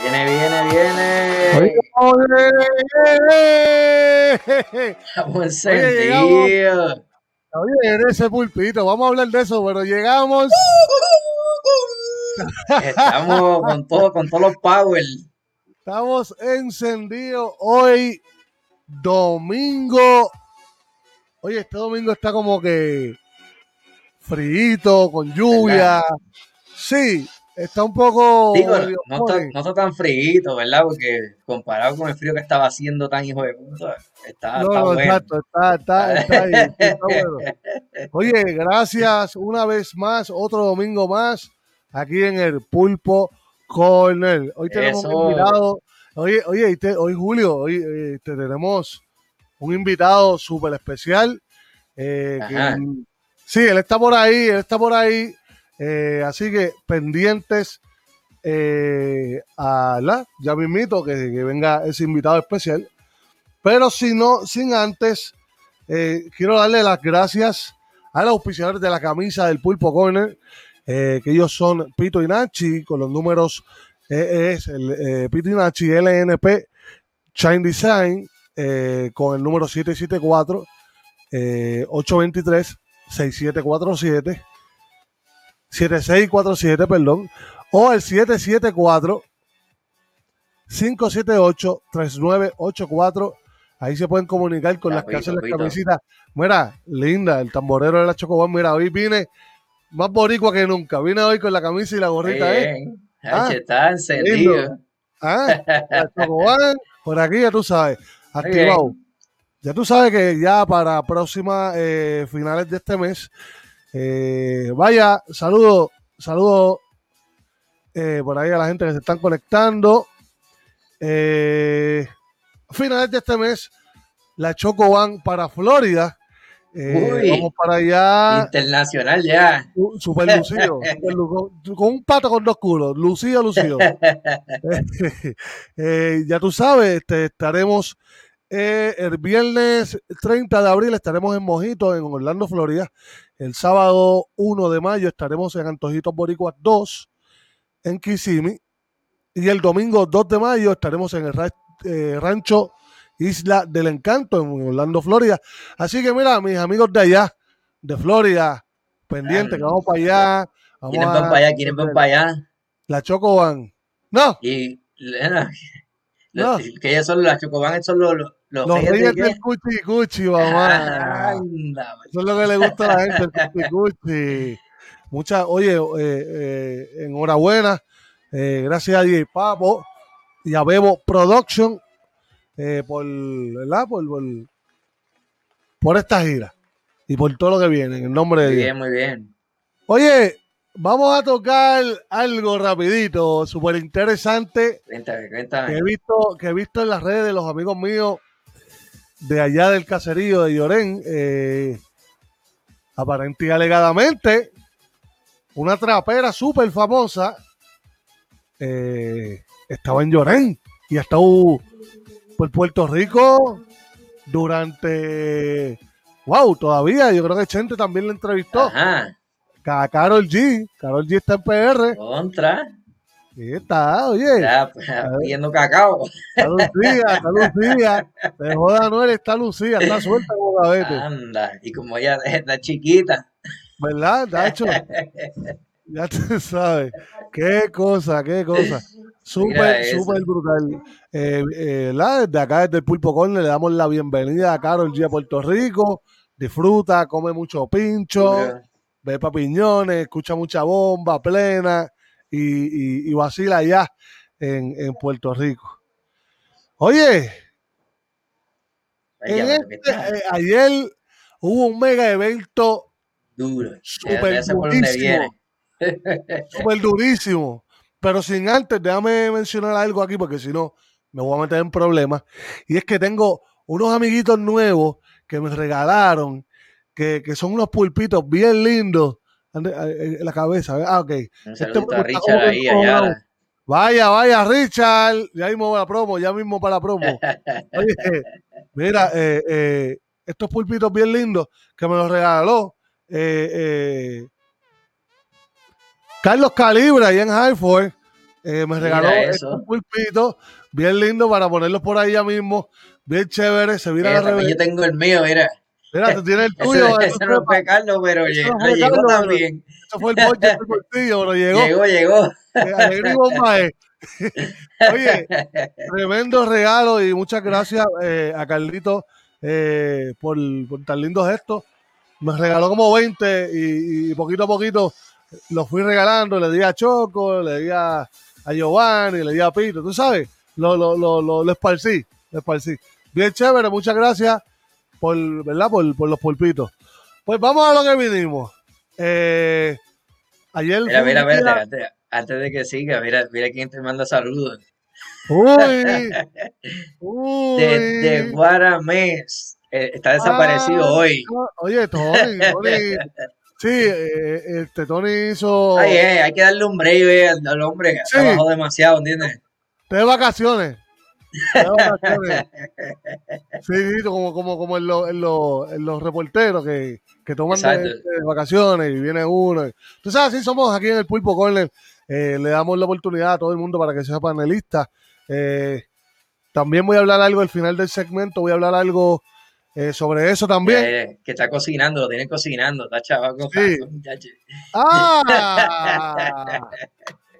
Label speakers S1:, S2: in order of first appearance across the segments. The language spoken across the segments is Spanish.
S1: Viene, viene, viene.
S2: ¡Oye!
S1: Estamos
S2: Oye,
S1: encendidos.
S2: Oye, en ese pulpito, vamos a hablar de eso, pero llegamos.
S1: Estamos con todo, con todos los power.
S2: Estamos encendidos hoy, domingo. Oye, este domingo está como que frito, con lluvia. Sí, está un poco.
S1: Digo,
S2: medio
S1: no está,
S2: pobre.
S1: no está tan frío, ¿verdad? Porque comparado con el frío que estaba haciendo tan hijo de puta, está,
S2: No,
S1: está
S2: no,
S1: bueno.
S2: exacto, está, está, está ahí, está bueno. Oye, gracias una vez más, otro domingo más, aquí en el Pulpo Corner. Hoy tenemos
S1: Eso.
S2: un invitado, oye, oye, y te- hoy Julio, hoy eh, te tenemos un invitado súper especial. eh, que-
S1: Ajá.
S2: sí, él está por ahí, él está por ahí, eh, así que pendientes eh, a la, ya mismito que, que venga ese invitado especial. Pero si no, sin antes, eh, quiero darle las gracias a los auspiciadores de la camisa del Pulpo Corner, eh, que ellos son Pito y Nachi, con los números eh, es el, eh, Pito y Nachi LNP Chain Design, eh, con el número 774 eh, 823 6747 7647, perdón, o el 774 578 3984. Ahí se pueden comunicar con
S1: Ya,
S2: las que
S1: Pito,
S2: hacen las
S1: Pito.
S2: camisetas. Mira, linda, el tamborero de la Chocobán. Mira, hoy vine más boricua que nunca. Vine hoy con la camisa y la gorrita, ¿eh?
S1: Bien.
S2: Ah,
S1: Hache, está encendido.
S2: Ah, la Chocobán, por aquí ya tú sabes,
S1: Muy
S2: activado. Ya tú sabes que ya para próximas eh, finales de este mes, eh, vaya, saludo, saludo eh, por ahí a la gente que se están conectando. Eh, finales de este mes, la Chocoban para Florida. Eh,
S1: Uy.
S2: vamos para allá.
S1: Internacional ya.
S2: Uh, Super lucido, super lu- con, con un pato con dos culos, lucido, lucido. Eh, ya tú sabes, este, estaremos eh, el viernes 30 de abril, estaremos en Mojito, en Orlando, Florida. El sábado 1 de mayo estaremos en Antojitos Boricuas 2, en Kissimmee. Y el domingo 2 de mayo estaremos en el ra- eh, rancho Isla del Encanto, en Orlando, Florida. Así que mira, mis amigos de allá, de Florida, pendiente, que
S1: Ando.
S2: vamos para allá. Vamos
S1: ¿Quiénes
S2: a-
S1: van para allá? ¿Quiénes van para allá?
S2: La Choco Van. No,
S1: Y bueno, los-
S2: No.
S1: que ellos son las chocoban, son los, los, los
S2: los
S1: reyes de
S2: reyes
S1: qué? Ah,
S2: del cuchi cuchi, mamá.
S1: Anda, pues.
S2: Eso es lo que le gusta a la gente, el cuchi cuchi. Muchas, oye, eh, eh, enhorabuena. Eh, gracias a DJ Papo y a Bebo Production eh, por, ¿verdad? Por, por, por esta gira y por todo lo que viene, en el nombre de
S1: muy
S2: Dios.
S1: bien, muy bien.
S2: Oye, vamos a tocar algo rapidito, súper interesante.
S1: Cuéntame,
S2: que
S1: cuéntame.
S2: he visto que he visto en las redes de los amigos míos de allá del caserío de Llorén eh, aparente y alegadamente una trapera súper famosa eh, estaba en Llorén y ha estado por Puerto Rico durante wow todavía yo creo que Chente también la entrevistó
S1: Ajá,
S2: a Carol G Carol G está en PR
S1: contra.
S2: y está oye
S1: Ya, pues, pidiendo cacao.
S2: Está Lucía, está Lucía. Te joda, Noel, está Lucía, está suelta como gavete.
S1: Anda, y como ella está chiquita.
S2: ¿Verdad, Nacho? Ya te sabes. Qué cosa, qué cosa.
S1: Mira
S2: Súper,
S1: eso.
S2: súper brutal. Eh, eh, ¿verdad? Desde acá, desde el Pulpo Corner, le damos la bienvenida a Carol G a Puerto Rico. Disfruta, come mucho pincho, ve pa' piñones, escucha mucha bomba plena y, y- y vacila allá en, en Puerto Rico. Oye,
S1: Ella,
S2: En
S1: lo que
S2: este,
S1: está-
S2: eh, ayer hubo un mega evento
S1: Duro. Ya-
S2: Súper
S1: ya sé por dónde
S2: durísimo.
S1: viene.
S2: súper durísimo. Pero sin antes, déjame mencionar algo aquí, porque si no, me voy a meter en problemas. Y es que tengo unos amiguitos nuevos que me regalaron, que, que son unos pulpitos bien lindos. Ande- eh, eh, La cabeza, ¿eh? ah, ok.
S1: Un saludito a
S2: me gusta
S1: Richard
S2: cómo
S1: ahí,
S2: lo
S1: allá.
S2: cobran. Vaya, vaya, Richard. Ya mismo para la promo, ya mismo para la promo. Oye, mira, eh, eh, estos pulpitos bien lindos que me los regaló eh, eh, Carlos Calibra ahí en Hartford. eh, me regaló
S1: Mira eso.
S2: estos pulpitos bien lindos para ponerlos por ahí ya mismo. Bien chévere, se mira
S1: Mira,
S2: la
S1: también yo
S2: revés.
S1: tengo el mío, mira.
S2: Mira, tú tienes el
S1: Ese,
S2: tuyo.
S1: ese no fue Carlos, pero
S2: Ese
S1: lle-
S2: no fue
S1: le llegó
S2: Carlos, pero-
S1: también.
S2: eso fue el bolche del portillo, pero llegó.
S1: Llegó, llegó.
S2: Eh, alegre y bomba, eh. Oye, tremendo regalo y muchas gracias eh, a Carlito eh, por, por tan lindos gestos. Me regaló como 20 y, y poquito a poquito los fui regalando. Le di a Choco, le di a, a Giovanni, le di a Pito, tú sabes. Lo, lo, lo, lo, lo esparcí, lo esparcí. Bien chévere, muchas gracias por, ¿verdad? Por, por los pulpitos. Pues vamos a lo que vinimos. Eh, ayer
S1: Mira,
S2: fue un
S1: mira,
S2: día-
S1: espérate, antes, antes de que siga, mira, mira quién te manda saludos.
S2: Uy, uy.
S1: Desde Guaramés. Eh, está desaparecido
S2: Ah,
S1: hoy.
S2: Oye, Tony, Tony. Sí, eh, este Tony hizo.
S1: Ay, eh, hay que darle un breve al, al hombre.
S2: Sí.
S1: Trabajó demasiado, ¿entiendes?
S2: Te de vacaciones. Te de vacaciones. Sí, sí, como, como, como en, los- en los- en los reporteros que, que toman de,
S1: Exacto.
S2: de vacaciones y viene uno. y- Tú sabes, así somos aquí en el Pulpo Corner. Eh, le damos la oportunidad a todo el mundo para que sea panelista. Eh, también voy a hablar algo al final del segmento. Voy a hablar algo eh, sobre eso también.
S1: Eh, que está cocinando, lo tienen cocinando. Está chaval con
S2: Sí.
S1: con- muchacho.
S2: ¡Ah!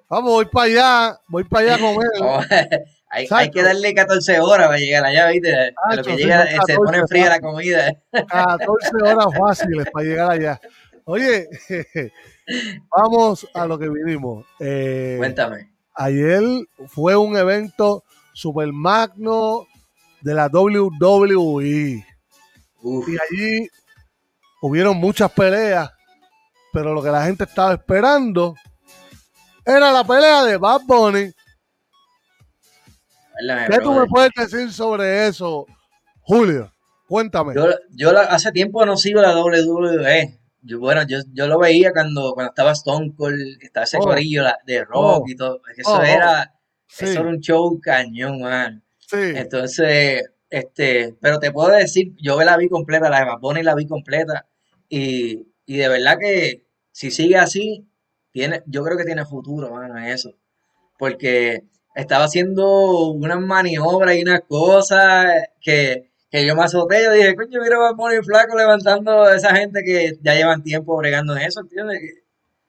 S2: Vamos, voy para allá, voy para allá con él.
S1: Vamos, hay, hay que
S2: Exacto.
S1: darle 14 horas para llegar allá, ¿viste? De lo
S2: Chacho,
S1: que
S2: sí,
S1: llega
S2: son
S1: eh, se pone
S2: 14,
S1: fría la comida.
S2: 14 horas fáciles para llegar allá. Oye, vamos a lo que vinimos. Eh,
S1: Cuéntame.
S2: ayer fue un evento super magno de la WWE.
S1: Uf,
S2: Y allí hubieron muchas peleas, pero lo que la gente estaba esperando era la pelea de Bad Bunny
S1: háblame,
S2: ¿Qué tú me
S1: brother.
S2: puedes decir sobre eso, Julio? Cuéntame.
S1: Yo, yo la- hace tiempo no sigo la WWE. Yo, bueno, yo, yo lo veía cuando, cuando estaba Stone Cold, que estaba ese
S2: Oh.
S1: corillo la- de rock
S2: Oh.
S1: y todo. Es que
S2: Oh,
S1: Eso
S2: oh.
S1: era,
S2: sí,
S1: eso era un show cañón, man.
S2: sí.
S1: Entonces, este, pero te puedo decir, yo la vi completa, la de Bad Bunny la vi completa. Y, y de verdad que si sigue así, tiene, yo creo que tiene futuro, mano, en eso. Porque estaba haciendo unas maniobras y unas cosas que, que yo me azoté. Yo dije, coño, mira Bad Bunny flaco levantando a esa gente que ya llevan tiempo bregando en eso, ¿entiendes?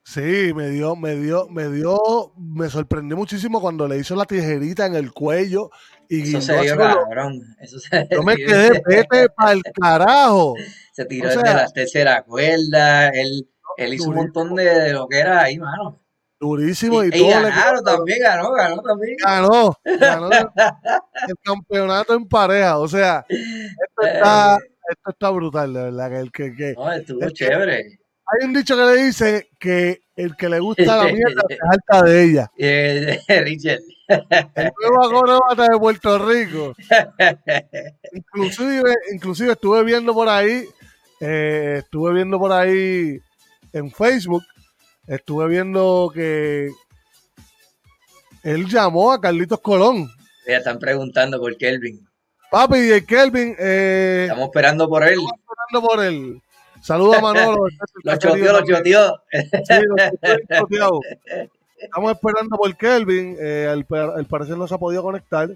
S2: Sí, me dio, me dio, me dio, me sorprendió muchísimo cuando le hizo la tijerita en el cuello y
S1: Eso se
S2: guindó
S1: dio
S2: hacia lo-
S1: cabrón. Eso se
S2: Yo me
S1: dio-
S2: quedé, vete pa'l carajo.
S1: se tiró
S2: O
S1: desde
S2: sea,
S1: la tercera cuerda, él, él hizo un
S2: durísimo.
S1: montón de, de lo que era ahí, mano.
S2: Durísimo y,
S1: Y, y
S2: todo Ah, le
S1: ganaron también, ganó, ganó también.
S2: ganó, ganó el campeonato en pareja. O sea, esto
S1: Eh.
S2: está, esto está brutal, de verdad. Que el que, que-
S1: No, estuvo
S2: Es que-
S1: chévere.
S2: Hay un dicho que le dice que el que le gusta la mierda se alta de ella.
S1: Eh, Richard.
S2: El nuevo acróbata de Puerto Rico. Inclusive, inclusive estuve viendo por ahí, eh, estuve viendo por ahí en Facebook, estuve viendo que él llamó a Carlitos Colón.
S1: Ya están preguntando por Kelvin.
S2: Papi y el Kelvin, eh,
S1: Estamos esperando por él.
S2: hablando por él. Saludos a Manolo.
S1: Lo choteó, lo choteó.
S2: Sí, lo estoy choteado. Estamos esperando por Kelvin. eh, al, pa- al parecer no se ha podido conectar.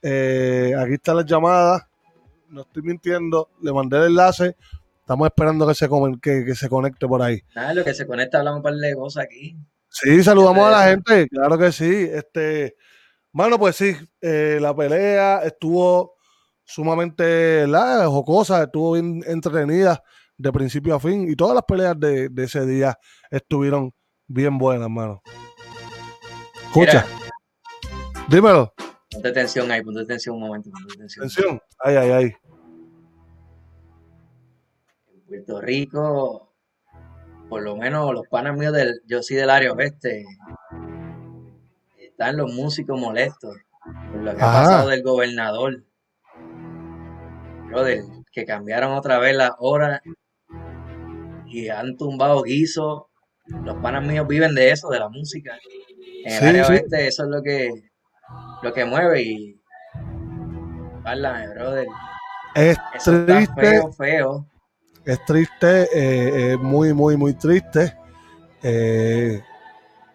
S2: Eh, aquí está la llamada. No estoy mintiendo. Le mandé el enlace. Estamos esperando que se, comen- que, que se conecte por ahí.
S1: Nada, lo que se conecta hablamos un par de cosas aquí.
S2: Sí, saludamos a la gente. Claro que sí. Este, mano, pues sí. eh, la pelea estuvo sumamente ¿verdad? jocosa. Estuvo bien entretenida de principio a fin. Y todas las peleas de, de ese día estuvieron bien buenas, mano. Escucha.
S1: Mira,
S2: Dímelo.
S1: ponte tensión ahí, ponte tensión un momento. Ponte tensión.
S2: Atención. Ay, ay, ay.
S1: Puerto Rico, por lo menos los panas míos del, yo soy del área oeste, están los músicos molestos por lo que ha
S2: Ajá.
S1: pasado del gobernador. Brother, que cambiaron otra vez las horas y han tumbado guiso. Los panas míos viven de eso, de la música. En el
S2: Sí,
S1: área
S2: sí.
S1: oeste eso es lo que, lo que mueve y... Háblame, brother.
S2: Es
S1: Eso está
S2: triste,
S1: feo, feo.
S2: es triste, eh, es muy, muy, muy triste eh,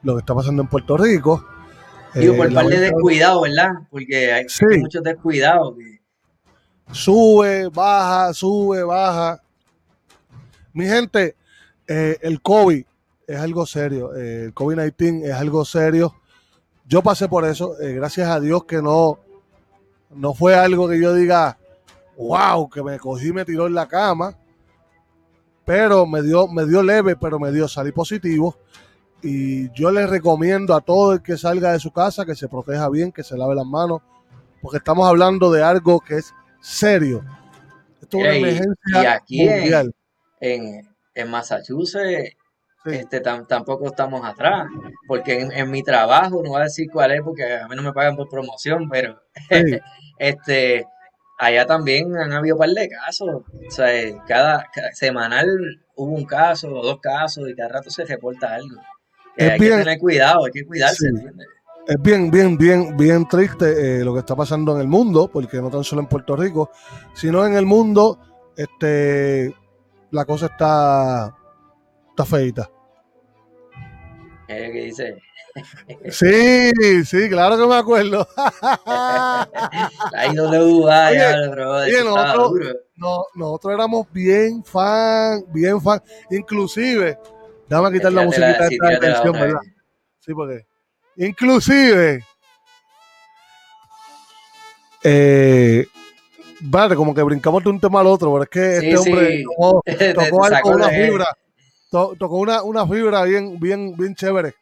S2: lo que está pasando en Puerto Rico.
S1: Digo,
S2: Eh,
S1: por par de
S2: lamentablemente-
S1: descuidado, ¿verdad? Porque hay,
S2: Sí.
S1: hay muchos descuidados. que-
S2: sube, baja, sube, baja. Mi gente, eh, el COVID es algo serio, eh, el COVID-19 es algo serio. Yo pasé por eso, eh, gracias a Dios que no, no fue algo que yo diga, wow, que me cogí y me tiró en la cama, pero me dio, me dio leve, pero me dio salir positivo. Y yo les recomiendo a todo el que salga de su casa que se proteja bien, que se lave las manos, porque estamos hablando de algo que es serio. Esto es una
S1: Ey, y
S2: emergencia
S1: aquí en-
S2: mundial.
S1: en, en Massachusetts
S2: Sí.
S1: este, tam- tampoco estamos atrás, porque en, en mi trabajo, no voy a decir cuál es, porque a mí no me pagan por promoción, pero
S2: Sí.
S1: este, allá también han habido un par de casos. O sea, eh, cada, ca- semanal hubo un caso o dos casos y cada rato se reporta algo. Que
S2: Es
S1: hay
S2: bien-
S1: que tener cuidado, hay que cuidarse,
S2: Sí.
S1: ¿entiendes?
S2: Es bien, bien, bien, bien triste eh, lo que está pasando en el mundo, porque no tan solo en Puerto Rico, sino en el mundo, este, la cosa está, está feita.
S1: Es lo que dice,
S2: Sí, sí, claro que me acuerdo.
S1: la IWA,
S2: Oye,
S1: ya, bro,
S2: oye,
S1: eso estaba
S2: nosotros-
S1: duro.
S2: No, nosotros éramos bien fan, bien fan. Inclusive, déjame quitar la
S1: Tírate la-
S2: musiquita de
S1: sí,
S2: esta
S1: tírate la
S2: canción,
S1: otra vez.
S2: ¿verdad? Sí, porque. Inclusive. Eh, vale, como que brincamos de un tema al otro, pero es que
S1: Sí,
S2: este hombre
S1: sí.
S2: tocó,
S1: Te- te
S2: tocó algo,
S1: sacó
S2: una
S1: de-
S2: fibra. to- tocó una, una fibra bien, bien, bien chévere.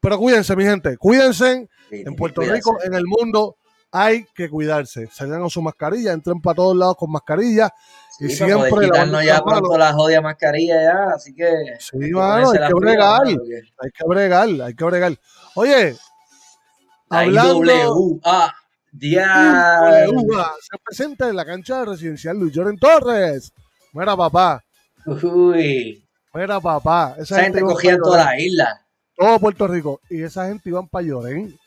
S2: Pero cuídense, mi gente, cuídense.
S1: Sí, tiene
S2: En
S1: que
S2: Puerto
S1: cuidarse.
S2: Rico, en el mundo, hay que cuidarse. Salgan con su mascarilla, entren para todos lados con mascarilla.
S1: Sí,
S2: y
S1: para poder
S2: siempre
S1: quitarnos
S2: lavándote
S1: ya
S2: las manos.
S1: pronto la jodida mascarilla ya, así que
S2: Sí,
S1: hay que
S2: mano,
S1: ponerse
S2: hay
S1: las
S2: que
S1: pilas,
S2: bregar,
S1: mano, porque
S2: hay que bregar, hay que bregar. Oye,
S1: la
S2: hablando
S1: IWA,
S2: de
S1: diablo.
S2: UBA, se presenta en la cancha residencial Luis Jordan Torres. Mira, papá,
S1: Uy,
S2: mira, papá. Esa,
S1: esa gente
S2: iban
S1: cogía
S2: pa'
S1: en toda
S2: Llorén,
S1: la isla.
S2: todo Puerto Rico. Y esa gente iban para Llorén,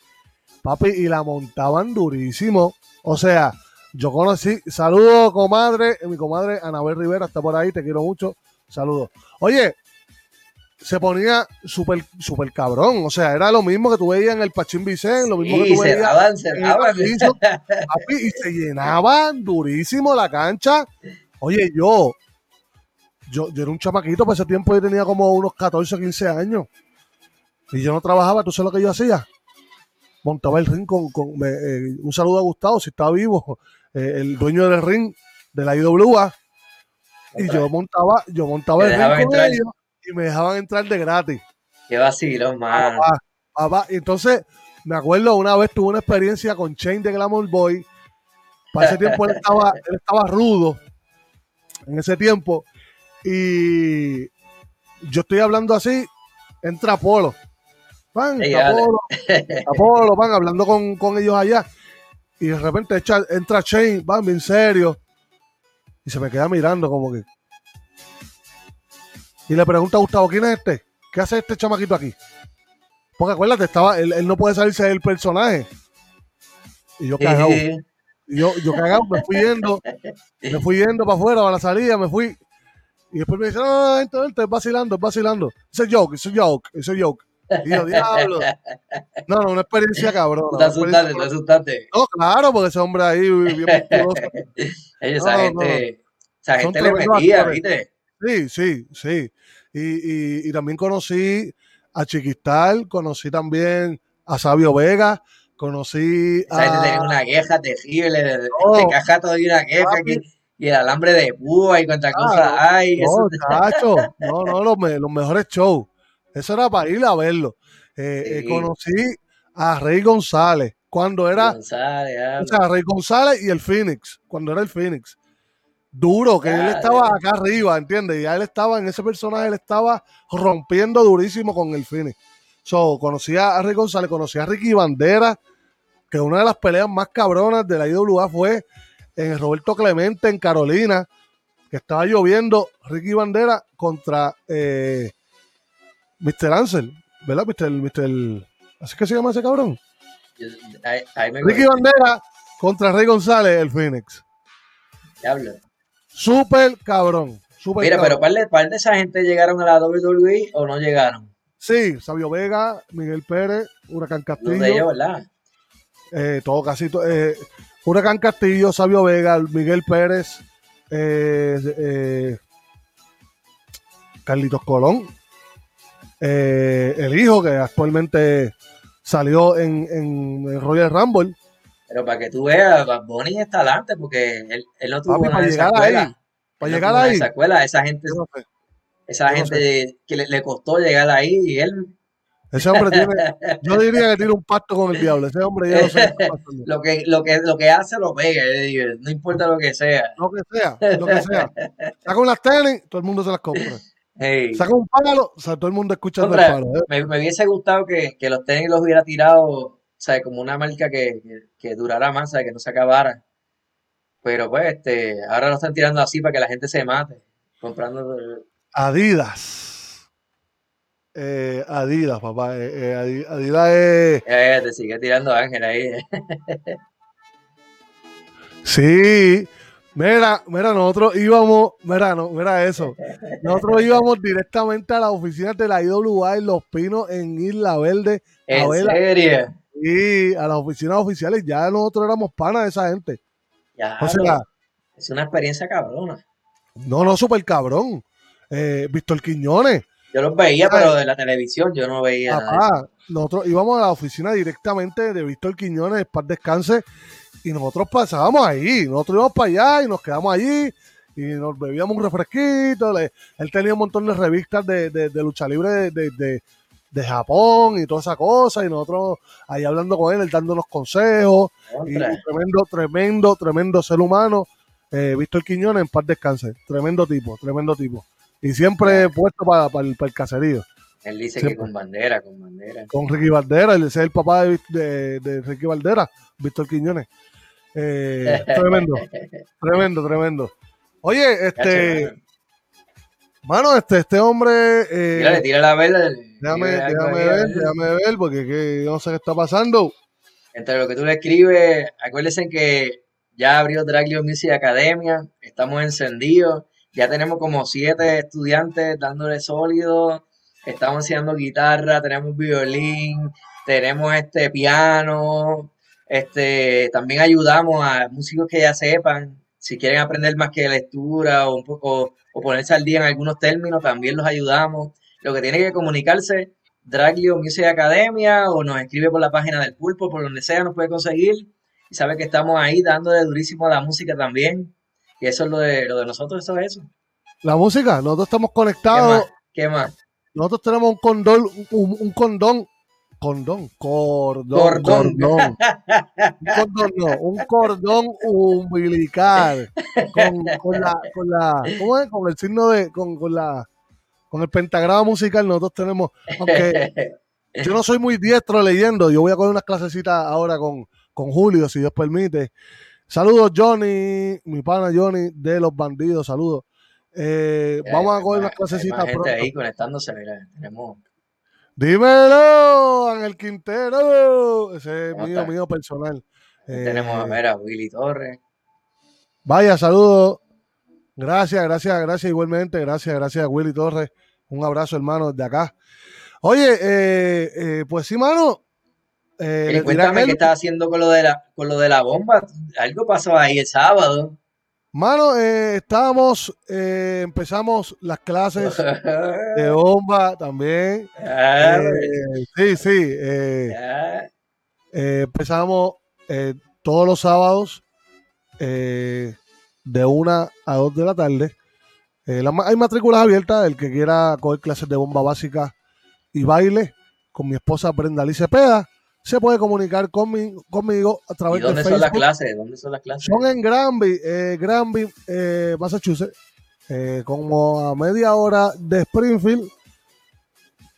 S2: papi, y la montaban durísimo. O sea, yo conocí, saludo, comadre, eh, mi comadre Anabel Rivera está por ahí, te quiero mucho, saludos. Oye, se ponía súper, súper cabrón, o sea, era lo mismo que tú veías en el Pachín Vicente, lo mismo que
S1: Y
S2: tú veías
S1: cerraban,
S2: en el
S1: cerraban.
S2: Paraíso, papi, y se llenaba durísimo la cancha. Oye, yo, yo, yo era un chamaquito, para ese tiempo yo tenía como unos 14, 15 años. Y yo no trabajaba, ¿tú sabes lo que yo hacía? Montaba el ring con... con- me- eh, un saludo a Gustavo, si está vivo, eh, el dueño del ring de la IWA. Y yo montaba, yo montaba
S1: Te
S2: el
S1: dejaban
S2: ring con
S1: entrar.
S2: ellos y me dejaban entrar de gratis.
S1: Qué vacilón, mano.
S2: Papá, papá. Y Entonces, me acuerdo una vez tuve una experiencia con Chain de Glamour Boy. Para ese tiempo él estaba, él estaba rudo. En ese tiempo. Y yo estoy hablando así. Entra Polo. Pan,
S1: Ey,
S2: está
S1: dale.
S2: Polo. está Polo, van hablando con, con ellos allá. Y de repente echa- entra Chain, van bien serio. Y se me queda mirando como que. Y le pregunta a Gustavo, ¿quién es este? ¿Qué hace este chamaquito aquí? Porque acuérdate, estaba, él, él no puede salirse del personaje. Y yo
S1: Sí,
S2: cagado.
S1: sí, sí.
S2: Y yo, yo cagado, me fui yendo, me fui yendo para afuera, para la salida, me fui. Y después me dice, no, no, no, vente, vente, es vacilando, es vacilando. It's a joke, it's a joke, it's a joke. Y yo, diablo. No, no, una experiencia cabrón.
S1: Tú te asustaste, tú te asustaste.
S2: No, claro, porque ese hombre ahí, bien musculoso.
S1: Ey, Esa
S2: No, no,
S1: gente, esa
S2: Son
S1: gente le
S2: tremendos
S1: metía,
S2: actores.
S1: ¿viste?
S2: Sí, sí, sí. Y, y- y también conocí a Chiquistal, conocí también a Sabio Vega, conocí
S1: Esa gente tenía
S2: a...
S1: una queja terrible, de, de
S2: Ah. No.
S1: de caja todavía una queja
S2: Papi.
S1: que- y el alambre de púa y cuánta cosa
S2: Claro.
S1: hay.
S2: No,
S1: eso-
S2: chacho, no, no, los, me- los mejores shows. Eso era para ir a verlo. Eh, eh,
S1: Sí.
S2: conocí a Rey González, cuando era...
S1: González,
S2: O
S1: habla.
S2: sea, Rey González y el Phoenix, cuando era el Phoenix. duro, que él
S1: Dale.
S2: estaba acá arriba, ¿entiendes? Ya él estaba, en ese personaje, él estaba rompiendo durísimo con el finish. So, conocía a Rick González, conocía a Ricky Bandera, que una de las peleas más cabronas de la IWA fue en el Roberto Clemente, en Carolina, que estaba lloviendo Ricky Bandera contra eh, Mr. Ansel, ¿verdad? Mr. Mr. ¿Así que se llama ese cabrón?
S1: Yo- ahí, ahí me
S2: Ricky Bandera contra Rey González, el Phoenix.
S1: Diablo.
S2: Súper cabrón. Súper
S1: Mira, pero
S2: cabrón.
S1: par de, par de esa gente llegaron a la WWE o no llegaron.
S2: Sí, Sabio Vega, Miguel Pérez, Huracán
S1: Los de ellos,
S2: Castillo.
S1: ¿verdad?
S2: eh, todo, casi to- eh, Huracán Castillo, Sabio Vega, Miguel Pérez, eh, eh, Carlitos Colón. eh, el hijo que actualmente salió en, en, en Royal Rumble.
S1: Pero para que tú veas, Bad Bunny está adelante porque él, él no tuvo
S2: Papi,
S1: una
S2: para
S1: de esas
S2: llegar
S1: escuelas.
S2: ahí.
S1: Él
S2: Para
S1: no
S2: llegar
S1: tuvo una de
S2: ahí.
S1: esas escuelas. Esa gente,
S2: yo no sé.
S1: esa
S2: yo no
S1: gente que le, le costó llegar ahí y él
S2: Ese hombre tiene, yo diría que tiene un pacto con el diablo. Ese hombre ya no sé qué está pasando.
S1: lo que, lo que, lo que hace lo pega. yo digo, No importa lo que sea.
S2: Lo que sea, lo que sea. Saca unas tenis, todo el mundo se las compra.
S1: Hey.
S2: Saca un palo, o sea, todo el mundo escuchando
S1: Contra,
S2: el palo. ¿eh?
S1: me, me hubiese gustado que, que los tenis los hubiera tirado, o sea, como una marca que, que- que durara más, ¿sabes? que no se acabara. Pero pues, este, ahora lo están tirando así para que la gente se mate, comprando. eh,
S2: Adidas. Eh, Adidas, papá. eh, eh, Adi- Adidas es.
S1: Eh, te sigue tirando Ángel ahí.
S2: Sí. Mira, mira, nosotros íbamos, mira, no, mira eso. Nosotros íbamos directamente a las oficinas de la IWA en Los Pinos, en Isla Verde,
S1: En
S2: Abela.
S1: serio.
S2: y a las oficinas oficiales. Ya nosotros éramos panas de esa gente.
S1: Ya,
S2: O sea,
S1: lo- es una experiencia cabrona.
S2: No, no, súper cabrón. Eh, Víctor Quiñones,
S1: Yo los veía,
S2: Ay.
S1: pero de la televisión yo no veía nada.
S2: papá, nosotros íbamos a la oficina directamente de Víctor Quiñones, para descanse, y nosotros pasábamos ahí, nosotros íbamos para allá y nos quedamos allí, y nos bebíamos un refresquito, le- él tenía un montón de revistas de, de- de lucha libre de, de- de- de Japón y toda esa cosa, y nosotros ahí hablando con él, él dándonos consejos, y
S1: Contra.
S2: tremendo, tremendo, tremendo ser humano. Eh, Víctor Quiñones, en paz descanse. Tremendo tipo, tremendo tipo. Y siempre puesto para, para el, para el caserío.
S1: Él dice
S2: Sí, pues.
S1: que con bandera, con bandera.
S2: Con Ricky Valdera, él es el papá de, de- de Ricky Valdera, Víctor Quiñones. Eh, tremendo, tremendo, tremendo. Oye, este,
S1: Cacho,
S2: mano, este, este hombre. eh,
S1: Tírale, tira la vela.
S2: déjame,
S1: tírale algo
S2: déjame
S1: ahí, ¿eh? a
S2: ver,
S1: ver.
S2: déjame ver, porque que, yo no sé qué está pasando.
S1: entre lo que tú le escribes, acuérdense que ya abrió Draglio Music Academia, estamos encendidos, ya tenemos como siete estudiantes dándole sólido, estamos enseñando guitarra, tenemos violín, tenemos este piano, este también ayudamos a músicos que ya sepan, si quieren aprender más que lectura o un poco o ponerse al día en algunos términos, también los ayudamos. Lo que tiene que comunicarse Draglio Music Academia o nos escribe por la página del Pulpo, por donde sea, nos puede conseguir. Y sabe que estamos ahí dándole durísimo a la música también. Y eso es lo de, lo de nosotros, eso es eso.
S2: La música, nosotros estamos
S1: ¿Qué
S2: conectados
S1: más? ¿Qué más?
S2: Nosotros tenemos un condón, un, un condón, condón, cordón,
S1: Cordón.
S2: cordón. Un cordón, no, un cordón umbilical. Con, con la, con la, ¿cómo es? Con el signo de, con, con la, con el pentagrama musical nosotros tenemos, aunque yo no soy muy diestro leyendo, yo voy a coger unas clasecitas ahora con, con Julio, si Dios permite. Saludos Johnny, mi pana Johnny de los bandidos, saludos. Eh,
S1: Ya,
S2: vamos a
S1: hay
S2: coger
S1: más-
S2: unas
S1: hay
S2: clasecitas
S1: más gente
S2: pronto.
S1: ahí conectándose, mira, tenemos.
S2: Dímelo, Ángel Quintero. Ese es
S1: ¿Cómo
S2: mío,
S1: está?
S2: mío personal. Eh,
S1: Tenemos a ver a Willy Torres.
S2: Vaya, saludos. Gracias, gracias, gracias igualmente. Gracias, gracias, Willy Torres. Un abrazo, hermano, de acá. Oye, eh, eh, pues sí, mano. Eh,
S1: Eli,
S2: le tiré a
S1: cuéntame qué
S2: Kelvin.
S1: estás haciendo con lo de la, con lo de la bomba. Algo pasó ahí el sábado.
S2: Mano, eh, estábamos, eh, empezamos las clases de bomba también.
S1: Ah,
S2: Eh, sí, sí. eh,
S1: ya.
S2: Eh, empezamos eh, todos los sábados eh, de 1 a 2 de la tarde. Eh, la ma- hay matrículas abiertas, el que quiera coger clases de bomba básica y baile con mi esposa Brenda Lice Peda. se puede comunicar conmi- conmigo a
S1: ¿Y
S2: través de
S1: dónde son las
S2: Facebook.
S1: clases? ¿Dónde son las clases?
S2: Son en Granby, eh, Granby, eh, Massachusetts, eh, como a media hora de Springfield,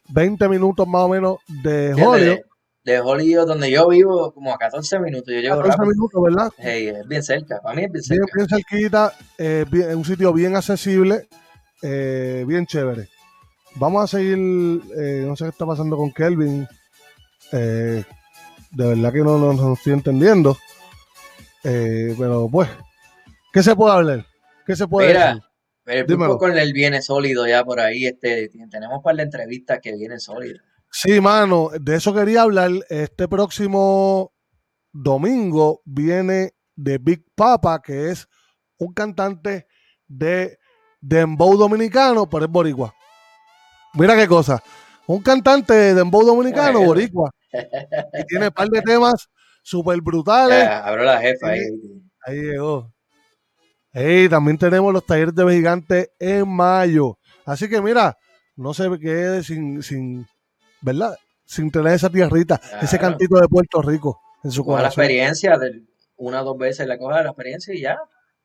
S2: 20 minutos más o menos de Hollywood.
S1: ¿Entiendes? De, de Hollywood, donde yo vivo, como a 14 minutos. Yo llego
S2: 14
S1: rápido.
S2: minutos, ¿verdad?
S1: Hey, es bien cerca. Para mí es bien
S2: Bien,
S1: cerca.
S2: bien cerquita, eh, bien- en un sitio bien accesible, eh, bien chévere. Vamos a seguir, eh, no sé qué está pasando con Kelvin. eh, de verdad que no, no, no estoy entendiendo. Eh, pero pues, ¿qué se puede hablar? ¿Qué se puede
S1: Mira,
S2: decir?
S1: pero el
S2: Dímelo.
S1: grupo con él viene sólido ya por ahí. Este, tenemos para la entrevista que viene sólido.
S2: Sí, mano, de eso quería hablar. Este próximo domingo viene de Big Papa, que es un cantante de dembow dominicano, pero es boricua. Mira qué cosa. Un cantante de dembow dominicano,
S1: Bueno.
S2: boricua. Y tiene un par de temas súper brutales.
S1: Ya, abro la jefa ahí.
S2: Ahí llegó. Ey, también tenemos los talleres de gigante en mayo. Así que mira, no se quede sin, sin ¿verdad? Sin tener esa tierrita, ese
S1: Claro.
S2: cantito de Puerto Rico en su
S1: Coja la
S2: corazón.
S1: experiencia, del- una o dos veces la coja la experiencia y ya.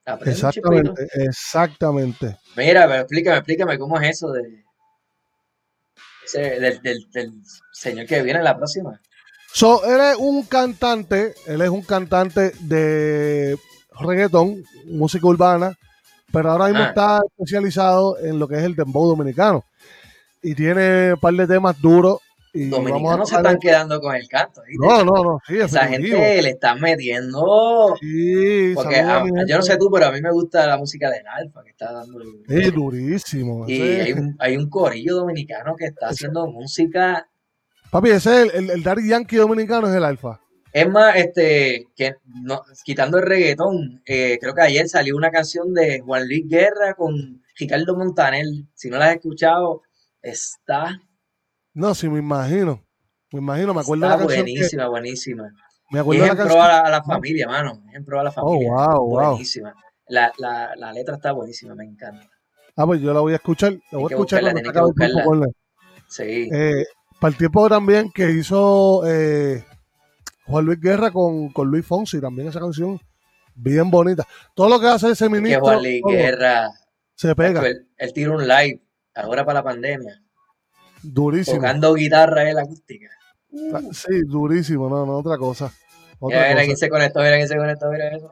S1: Aprende un chipito.
S2: Exactamente, exactamente.
S1: Mira, pero explícame, explícame cómo es eso de ese- del, del- del señor que viene la próxima.
S2: So, él es un cantante, él es un cantante de reggaetón, música urbana, pero ahora mismo
S1: Ah.
S2: está especializado en lo que es el dembow dominicano. Y tiene un par de temas duros. Y vamos a
S1: Dominicanos se
S2: tocar-
S1: están quedando con el canto. ¿viste?
S2: No, no, no, sí,
S1: Esa
S2: definitivo.
S1: gente le está metiendo.
S2: Sí,
S1: Porque
S2: saludos a
S1: a-
S2: mi
S1: yo no
S2: gente.
S1: sé tú, pero a mí me gusta la música del Alfa que está dando.
S2: Sí, pues, durísimo.
S1: Y
S2: ese-
S1: hay un, hay un corillo dominicano que está haciendo música.
S2: Papi, ese es el, el, el Daddy Yankee dominicano, es el alfa.
S1: Es más, este, que no, quitando el reggaetón, eh, creo que ayer salió una canción de Juan Luis Guerra con Ricardo Montaner. Si no la has escuchado, está,
S2: No, sí, me imagino. Me imagino, me acuerdo de
S1: está
S2: la canción. que-
S1: buenísima, buenísima.
S2: me acuerdo de la
S1: Ejemplo
S2: canción.
S1: a la, a la familia, mano. Ejemplo a la
S2: Oh,
S1: familia.
S2: wow, wow.
S1: Buenísima. La, la, la letra está buenísima, me encanta.
S2: Ah, pues yo la voy a escuchar. La voy a
S1: que
S2: escuchar
S1: buscarla,
S2: cuando
S1: tenés
S2: se acabe
S1: que
S2: el tiempo,
S1: buscarla.
S2: ponla.
S1: Sí.
S2: Eh, para el tiempo también que hizo eh, Juan Luis Guerra con, con Luis Fonsi, también esa canción bien bonita. Todo lo que hace ese
S1: Es que
S2: ministro
S1: Juan Luis
S2: todo,
S1: Guerra,
S2: se pega,
S1: él, él tira un live ahora para la pandemia,
S2: durísimo.
S1: tocando guitarra él acústica.
S2: Ah, Sí, durísimo, no, no, otra cosa. Otra
S1: Mira, mira
S2: cosa.
S1: quién se conectó, mira quién se conectó, mira eso.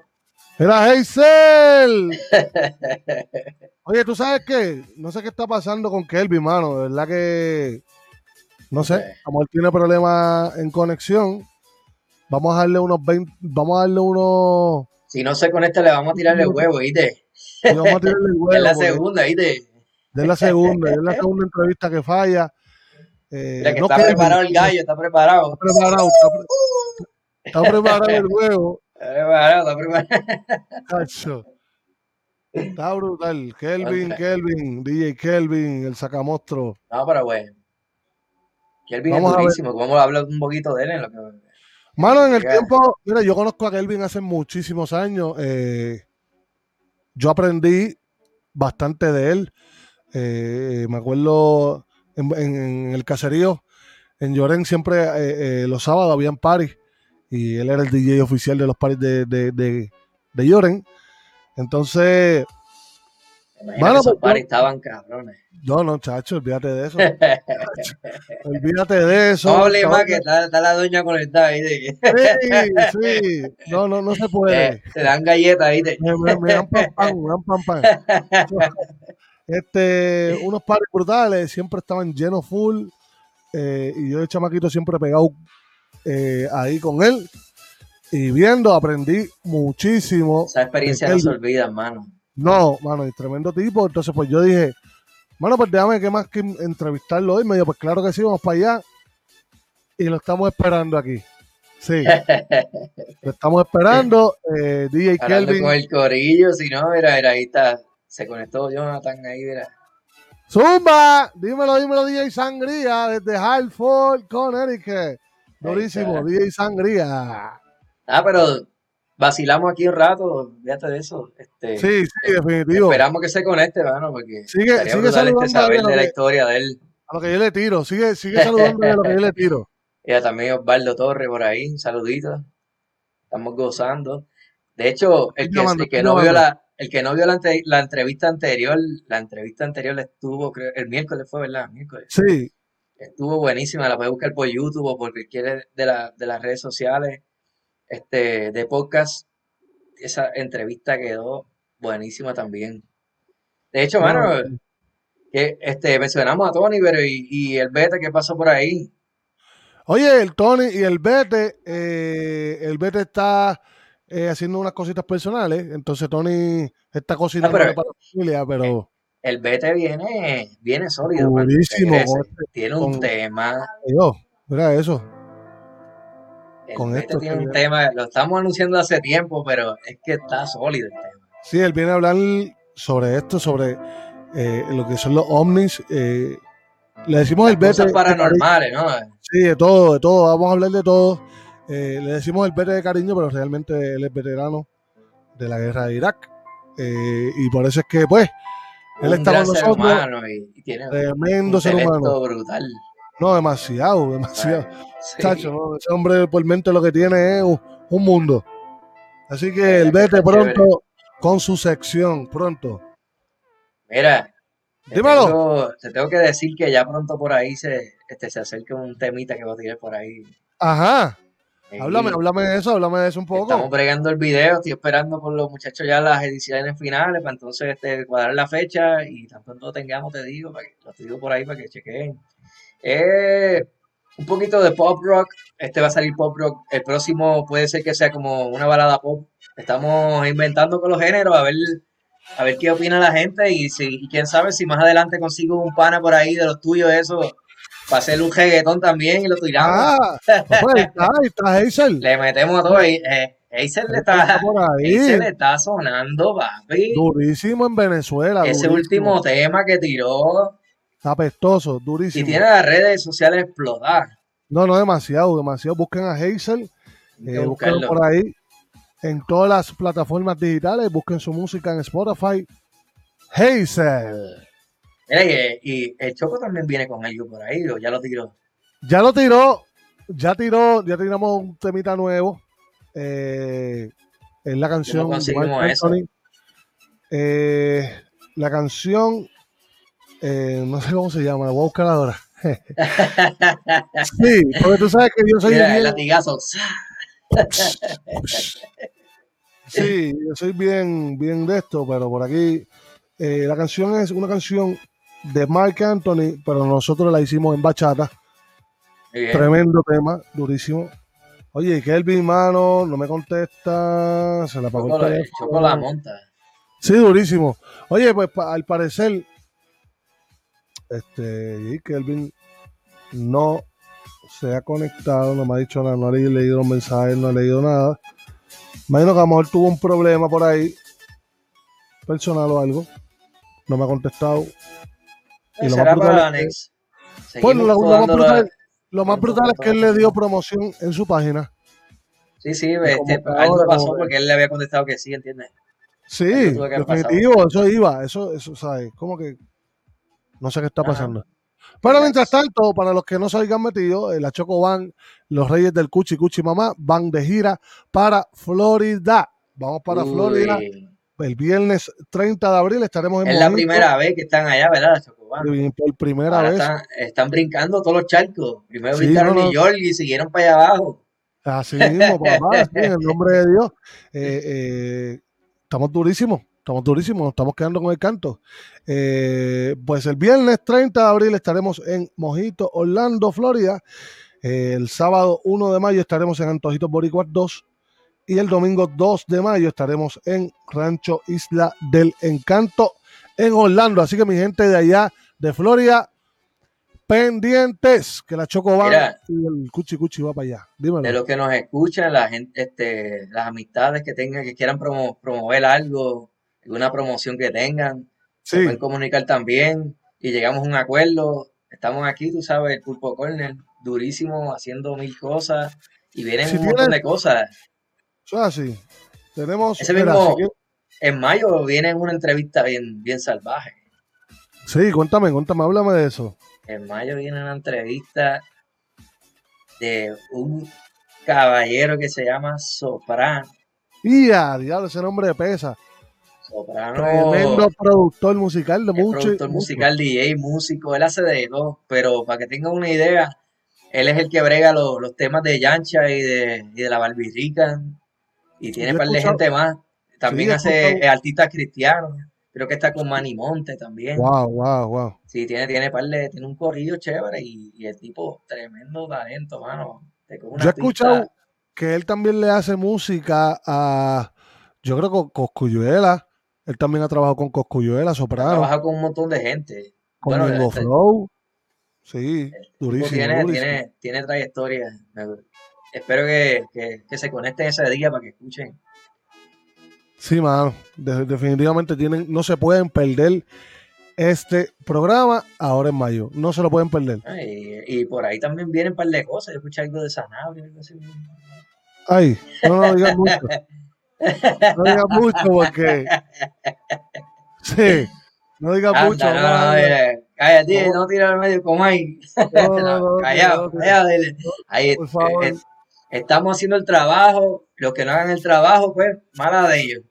S2: ¡Era Hazel! Oye, ¿tú sabes qué? No sé qué está pasando con Kelvin, mano. De verdad que. No sé.
S1: Ok.
S2: A lo mejor tiene problemas en conexión. Vamos a darle unos 20. Vamos a darle unos.
S1: Si no se conecta, le vamos a tirar el huevo, ¿viste?
S2: y vamos a tirarle el huevo,
S1: es la
S2: porque Eh,
S1: segunda, ¿viste?
S2: ya es la segunda. ya es la segunda entrevista que falla. Eh,
S1: Mira que
S2: no
S1: está
S2: Kelvin,
S1: preparado el gallo, está preparado.
S2: Está preparado. Está, pre- está preparado el huevo.
S1: Está preparado, está preparado.
S2: Cacho. Está brutal. Kelvin,
S1: Contra.
S2: Kelvin, DJ Kelvin, el sacamostro.
S1: No, pero bueno. Kelvin
S2: Vamos
S1: es
S2: a ver.
S1: durísimo, vamos a hablar un poquito de él en lo que...
S2: Mano, en el
S1: Ya.
S2: tiempo, mira, yo conozco a Kelvin hace muchísimos años. eh, yo aprendí bastante de él. eh, me acuerdo en, en- en el caserío, en Lloren, siempre eh, eh, los sábados habían paris y él era el DJ oficial de los paris de, de, de- de Lloren. Entonces,
S1: Imagino
S2: Mano,
S1: que esos
S2: pues,
S1: pares
S2: yo-
S1: estaban cabrones.
S2: no, no, chacho, olvídate de eso. Chacho, olvídate de eso.
S1: No hable
S2: cabrón.
S1: más que está, está la doña conectada, ¿viste?
S2: Sí, sí. No, no, no se puede.
S1: Eh, te dan galletas, ¿viste?
S2: me, me- me dan pan pan, me dan pan pan. Este, unos pares brutales, siempre estaban llenos full. eh, y yo de chamaquito siempre pegado eh, ahí con él. Y viendo, aprendí muchísimo.
S1: Esa experiencia no
S2: Kelvin.
S1: se olvida, hermano.
S2: No, mano, y tremendo tipo. Entonces, pues yo dije, mano, pues déjame que más que entrevistarlo hoy. Me dijo, pues claro que sí, vamos para allá. Y lo estamos esperando aquí. Sí, lo estamos esperando. Eh, DJ
S1: Hablando
S2: Kelvin.
S1: con el corillo, si no, mira, mira, ahí está. Se conectó Jonathan ahí, mira.
S2: Zumba, dímelo, dímelo, DJ Sangría, desde Hartford, Connecticut. Durísimo,
S1: Ahí
S2: DJ Sangría.
S1: Ah, pero vacilamos aquí un rato, fíjate de eso. Este,
S2: Sí, sí, definitivo. A
S1: Esperamos que se conecte, hermano, porque
S2: Sigue-
S1: estaría
S2: sigue
S1: brutal este
S2: saludando a
S1: saber
S2: Leo,
S1: de la
S2: que-
S1: historia de él.
S2: lo que yo le tiro, sigue, sigue saludando a lo que yo le tiro.
S1: Y a también Osvaldo Torres por ahí, saluditos. Estamos gozando. De hecho, el que, el que no vio la, el que no vio la, ante- la entrevista anterior, la entrevista anterior la estuvo, creo, el miércoles fue, ¿verdad? Miércoles.
S2: Sí,
S1: Estuvo buenísima, la puedes buscar por YouTube o por cualquier de, la- de las redes sociales, este, de podcast. Esa entrevista quedó buenísima también. De hecho,
S2: Bueno,
S1: mano, que, este, mencionamos a Tony, pero y, y el Beta que pasó por ahí.
S2: Oye, el Tony y el Bete, eh, el Bete está eh, haciendo unas cositas personales, entonces Tony está cocinando
S1: Ah, pero-
S2: para la familia, pero
S1: El Beta viene, viene sólido, para que
S2: durísimo.
S1: regrese.
S2: con este-
S1: Tiene un
S2: con-
S1: tema.
S2: Dios, mira eso.
S1: El
S2: Con
S1: Beta
S2: esto
S1: tiene
S2: que
S1: un
S2: ya-
S1: tema, lo estamos anunciando hace tiempo, pero es que está sólido el tema.
S2: Sí, él viene a hablar sobre esto, sobre eh, lo que son los ovnis. eh, le decimos el Bete.
S1: Cosas
S2: de cariño,
S1: paranormales, ¿no?
S2: Sí, de todo, de todo. Vamos a hablar de todo. Eh, le decimos el Bete de cariño, pero realmente él es veterano de la guerra de Irak. Eh, y por eso es que, pues, él
S1: Un
S2: está
S1: gran
S2: con
S1: ser
S2: nosotros.
S1: humano y, y tiene un
S2: Tremendo ser
S1: intelecto
S2: humano.
S1: brutal.
S2: No, demasiado, demasiado.
S1: Sí.
S2: Chacho, no, ese hombre por mente lo que tiene es un, un mundo. Así
S1: Mira,
S2: que el
S1: que
S2: vete
S1: está
S2: pronto
S1: chévere.
S2: con su sección, pronto.
S1: Mira, te
S2: Dímelo.
S1: tengo, te tengo que decir que ya pronto por ahí se, este, se acerca un temita que va a tirar por ahí.
S2: Ajá,
S1: Sí.
S2: háblame, háblame de eso, háblame de eso un
S1: Estamos
S2: poco.
S1: bregando el video, estoy esperando por los muchachos ya las ediciones finales para entonces este, cuadrar la fecha y tan pronto tengamos, te digo, para que, lo te digo por ahí para que chequen. Eh, un poquito de pop rock, este va a salir pop rock, el próximo puede ser que sea como una balada pop. Estamos inventando con los géneros a ver, a ver qué opina la gente y, si, y quién sabe si más adelante consigo un pana por ahí de los tuyos, eso, para hacer un reggaetón también y lo tiramos.
S2: Ah, pues, ahí está, ahí está Hazel.
S1: Le metemos a todo ahí. Eh, Hazel le
S2: Está
S1: está...
S2: por
S1: Ahí se le
S2: ahí,
S1: está sonando, papi.
S2: durísimo en Venezuela.
S1: Ese
S2: durísimo.
S1: último tema que tiró
S2: Apestoso,
S1: y
S2: durísimo.
S1: tiene las redes sociales explotadas.
S2: No, no, demasiado, demasiado. Busquen a Hazel.
S1: Hay que
S2: Eh, búsquenlo
S1: buscarlo.
S2: por ahí en todas las plataformas digitales. Busquen su música en Spotify. Hazel.
S1: Mira, y, y el Choco también viene con algo por ahí, o ya lo tiró.
S2: Ya lo tiró. Ya tiró. Ya tiramos un temita nuevo. Eh, es la canción. de
S1: conseguimos
S2: Marc
S1: eso.
S2: Anthony. Eh, la canción. eh, no sé cómo se llama. La voy a buscar ahora. sí, porque tú sabes que yo soy
S1: Mira, el
S2: bien.
S1: latigazo.
S2: Sí, yo soy bien, bien de esto, pero por aquí eh, la canción es una canción de Mark Anthony, pero nosotros la hicimos en bachata.
S1: Muy bien.
S2: Tremendo tema, durísimo. Oye, Kelvin, mano, no me contesta, se la apagó
S1: Choco,
S2: el
S1: el
S2: teléfono.
S1: Choco la monta.
S2: Sí, durísimo. Oye, pues pa- al parecer, este, y Kelvin no se ha conectado, no me ha dicho nada, no ha leído los mensajes, no ha leído nada. Imagino que a lo mejor tuvo un problema por ahí, personal o algo. No me ha contestado. Y lo más
S1: Será
S2: brutal
S1: para
S2: es que-
S1: next.
S2: Pues
S1: Seguimos
S2: lo, lo más
S1: dándolo a-
S2: brutal, lo más
S1: Seguimos
S2: brutal es que él
S1: dándole.
S2: le dio promoción en su página.
S1: Sí, sí,
S2: como
S1: este,
S2: que ahora,
S1: algo
S2: como
S1: pasó
S2: que-
S1: porque él le había contestado que sí, ¿entiendes?
S2: Sí,
S1: Algo tuvo que haber
S2: definitivo, eso iba, eso, eso, ¿sabes? Como que no sé qué está
S1: Ajá.
S2: pasando. Pero mientras tanto, para los que no se hayan metido, eh, la Choco van, los Reyes del Cuchi Cuchi Mamá van de gira para Florida. Vamos para
S1: Uy,
S2: Florida. El viernes 30 de abril estaremos en
S1: Es la
S2: Mojito.
S1: primera vez que están allá, ¿verdad, las Chocobanas?
S2: Y Por primera
S1: Ahora
S2: vez.
S1: están, están brincando todos los charcos. Primero
S2: Sí,
S1: brincaron
S2: no, no.
S1: New York y siguieron para allá abajo.
S2: Así mismo, papá, sí, en el nombre de Dios. Eh, eh, estamos durísimos, estamos durísimos, nos estamos quedando con el canto. Eh, pues el viernes 30 de abril estaremos en Mojito, Orlando, Florida. Eh, el sábado 1 de mayo estaremos en Antojitos Boricuas 2. Y el domingo 2 de mayo estaremos en Rancho Isla del Encanto, en Orlando. Así que mi gente de allá, de Florida, pendientes, que la Choco va
S1: Mira.
S2: y el Cuchi Cuchi va para allá. Dímelo.
S1: De los que nos escuchan, la gente, este, las amistades que tengan, que quieran promo- promover algo, alguna promoción que tengan, se
S2: Sí.
S1: pueden comunicar también y llegamos a un acuerdo. Estamos aquí, tú sabes, el Pulpo Corner, durísimo, haciendo mil cosas y vienen
S2: Si
S1: un montón
S2: tienes-
S1: de cosas.
S2: Eso es así. Tenemos.
S1: Ese
S2: mira,
S1: mismo-
S2: si quieres-
S1: En mayo viene una entrevista bien, bien salvaje.
S2: sí, cuéntame, cuéntame, háblame de eso.
S1: En mayo viene una entrevista de un caballero que se llama Soprano.
S2: Y a diablo, ese nombre pesa.
S1: Soprano.
S2: Tremendo productor musical de
S1: es
S2: mucho.
S1: productor musical, DJ, músico, él hace de todo, pero para que tengan una idea, él es el que brega lo- los temas de Yancha y de, y de la Barbirrica, y tiene un
S2: Yo he
S1: par de
S2: escuchado-
S1: gente más. También
S2: he
S1: hace
S2: escuchado.
S1: artistas cristianos, creo que está con Manny Monte también.
S2: Wow, wow, wow.
S1: Sí, tiene, tiene par de- tiene un corrillo chévere y, y el tipo, tremendo talento, mano. Te coge un
S2: Yo he
S1: artista-
S2: escuchado que él también le hace música a. Yo creo que Coscuyuela. Él también ha trabajado con Coscuyuela, Soprano,
S1: trabaja con un montón de gente.
S2: con
S1: bueno,
S2: Lingo
S1: este-
S2: Flow. Sí,
S1: tipo
S2: durísimo,
S1: tiene,
S2: durísimo.
S1: tiene, tiene trayectoria. Me- Espero que, que- que se conecten ese día para que escuchen.
S2: Sí, mano. de- definitivamente tienen, no se pueden perder este programa ahora en mayo. No se lo pueden perder.
S1: Ah, Y, y por ahí también vienen un par de cosas. Yo escuché algo de Sanabria, algo así.
S2: Ay, no lo digas mucho. No digas mucho porque. Sí, no digas
S1: Anda,
S2: mucho.
S1: no,
S2: vamos a
S1: no,
S2: darle-
S1: eh, cállate,
S2: Vamos.
S1: no tira al medio como ahí.
S2: no, no, no,
S1: No,
S2: no,
S1: callado,
S2: no, no,
S1: callado, dile. Ahí,
S2: Por
S1: eh, eh,
S2: favor.
S1: estamos haciendo el trabajo. Los que no hagan el trabajo, pues, mala de ellos.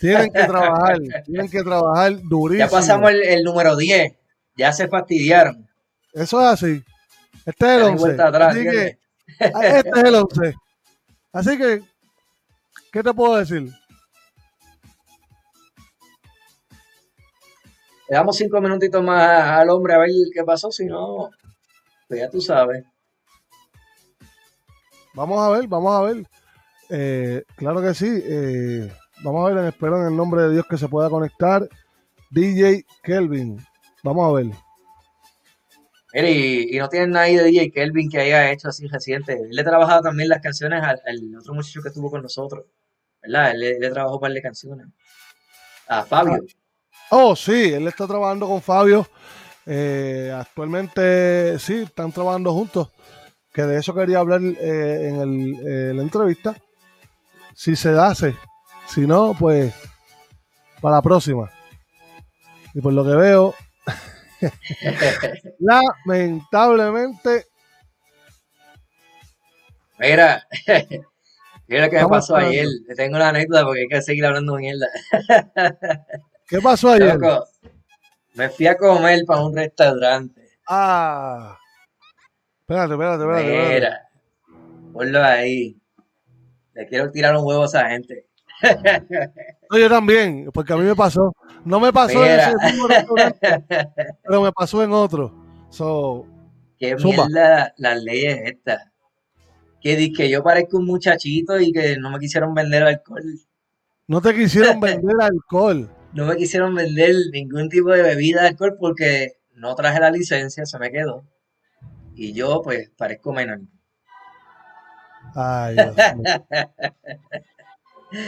S2: Tienen que trabajar, tienen que trabajar durísimo.
S1: Ya pasamos el, el número 10. Ya se fastidiaron.
S2: Eso es así. Este
S1: Ya
S2: es el
S1: no hay
S2: 11.
S1: vuelta atrás,
S2: Así
S1: ¿entiendes?
S2: que, este es el 11. Así que, ¿qué te puedo decir?
S1: Le damos cinco minutitos más al hombre a ver qué pasó, si no, pues ya tú sabes.
S2: Vamos a ver, vamos a ver. Eh, claro que sí. eh, vamos a ver, espero en el nombre de Dios que se pueda conectar. DJ Kelvin. Vamos a ver.
S1: Mira, y, y no tienen nadie de DJ Kelvin que haya hecho así reciente. Él le trabajaba también las canciones al, al otro muchacho que estuvo con nosotros, ¿verdad? Él le, le trabajó un par de canciones. A Fabio.
S2: Oh, sí, él está trabajando con Fabio. Eh, actualmente, sí, están trabajando juntos. Que de eso quería hablar eh, en el- eh, la entrevista. Si se hace. Si no, pues para la próxima. Y por lo que veo, lamentablemente,
S1: Mira, mira lo que me
S2: Estamos
S1: pasó
S2: esperando.
S1: ayer. Le tengo una anécdota porque hay que seguir hablando mierda.
S2: ¿qué pasó ayer?
S1: Loco, me fui a comer para un restaurante.
S2: Ah. Espérate, espérate, espérate. espérate.
S1: Mira, ponlo ahí. Le quiero tirar un huevo a esa gente.
S2: No, yo también, porque a mí me pasó. No me pasó en
S1: Mira.
S2: ese mismo restaurante, pero me pasó en otro. So,
S1: Qué
S2: Zumba.
S1: mierda las leyes estas. Que di que yo parezco un muchachito y que no me quisieron vender alcohol.
S2: No te quisieron vender alcohol.
S1: No me quisieron vender ningún tipo de bebida de alcohol porque no traje la licencia, se me quedó. Y yo, pues, parezco menor.
S2: Ay, Dios mío.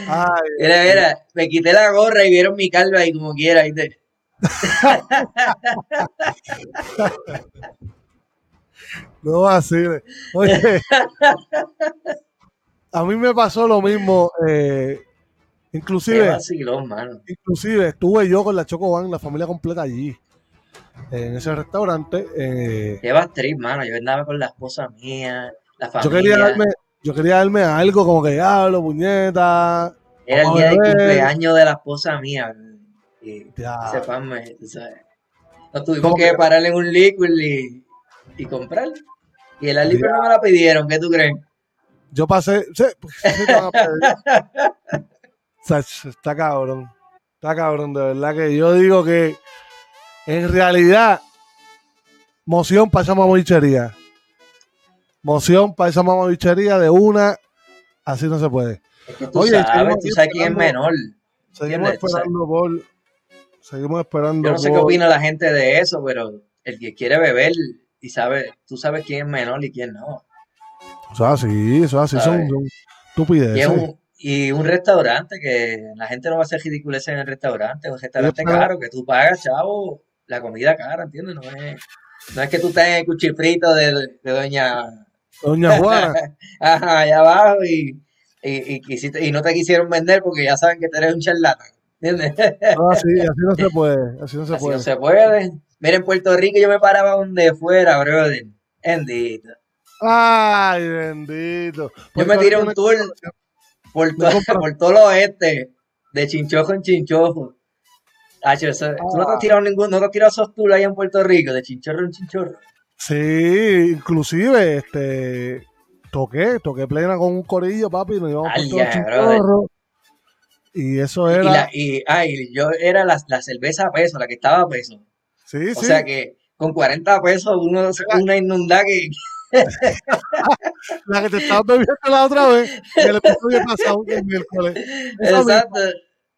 S2: Ay,
S1: Mira, mira, me quité la gorra y vieron mi calva y como quiera, ¿viste?
S2: no vaciles. Oye, a mí me pasó lo mismo. eh,
S1: Qué
S2: inclusive,
S1: vacilón, mano.
S2: inclusive estuve yo con la Chocoban, la familia completa allí, en ese restaurante. eh,
S1: Qué bastriz, mano. Yo andaba con la esposa mía, la
S2: yo quería
S1: familia.
S2: darme, yo quería darme algo como que diablo, puñeta.
S1: Era el
S2: vamos a
S1: día de
S2: beber".
S1: cumpleaños de la esposa mía. Y-
S2: Ya.
S1: Ese pan me- tú sabes. Nos tuvimos
S2: Ah. ¿Cómo
S1: que
S2: que?
S1: parar en un liquid y, y comprar. Y el alipro no me la pidieron, ¿qué tú crees?
S2: Yo pasé. sí, pues, sí te van a pedir. Sach, está cabrón. Está cabrón, de verdad que yo digo que en realidad, moción para esa mamabichería. Moción para esa mamabichería de una, así no se puede.
S1: Es que tú
S2: Oye,
S1: sabes,
S2: seguimos
S1: tú sabes quién es
S2: esperando-
S1: menor.
S2: Seguimos
S1: ¿Entiendes? O sea,
S2: esperando por. Seguimos esperando
S1: Yo no sé qué
S2: por-
S1: opina la gente de eso, pero el que quiere beber y sabe, tú sabes quién es menor y quién no.
S2: Eso es así, eso es así, son,
S1: ¿Sabes?
S2: son
S1: Y, es
S2: estupideces.
S1: un, y un restaurante que la gente no va a hacer ridiculeces en el restaurante, es un restaurante
S2: pero-
S1: caro que tú pagas, chavo, la comida cara, ¿entiendes? No es, no es que tú estés en el cuchifrito de, de doña
S2: Doña Juana,
S1: Ajá, allá abajo y, y, y quisiste- y no te quisieron vender porque ya saben que tú eres un charlatán. ¿Entiendes?
S2: eso es así, así no se puede, así no se
S1: Así
S2: puede.
S1: no se puede. Mira, en Puerto Rico yo me paraba donde fuera, brother. Bendito.
S2: Ay, bendito.
S1: Yo me tiré un tour por, to- por todo el oeste, de chinchojo en chinchojo. Ah, Tacho, eso- tú no te
S2: Ah.
S1: has tirado ningún, no te has tirado esos tours ahí en Puerto Rico, de chinchorro en chinchorro.
S2: Sí, inclusive, este, toqué, toqué plena con un corillo, papi, nos íbamos
S1: Ay,
S2: por todo
S1: ya,
S2: Chinchorro. Y eso
S1: Y,
S2: era,
S1: la, y, ah, y yo era la, la cerveza a peso, la que estaba a peso.
S2: sí,
S1: O
S2: sí,
S1: sea que con 40 pesos uno, una inundada que
S2: la que te estabas bebiendo la otra vez, en el episodio pasado del miércoles. Esa misma.
S1: Exacto,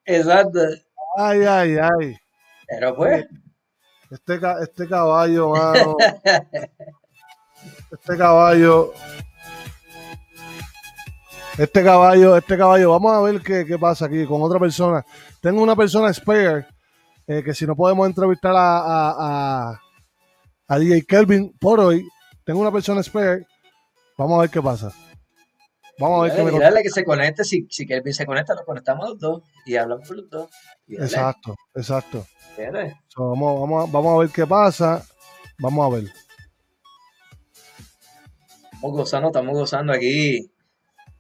S1: exacto.
S2: Ay, ay, ay,
S1: Pero pues,
S2: este, ca- este caballo, mano, este caballo, este caballo, este caballo, vamos a ver qué, qué pasa aquí con otra persona. Tengo una persona spare, eh, que si no podemos entrevistar a, a, a- a DJ Kelvin por hoy, tengo una persona spare, vamos a ver qué pasa. Vamos a ver qué me
S1: dale,
S2: contesta.
S1: dale que se conecte, si, si Kelvin se conecta, nos conectamos los dos y hablamos por los dos. Y dale,
S2: Exacto, exacto.
S1: dale.
S2: So, vamos, vamos, a- vamos a ver qué pasa. Vamos a ver.
S1: Estamos gozando, estamos gozando aquí.
S2: En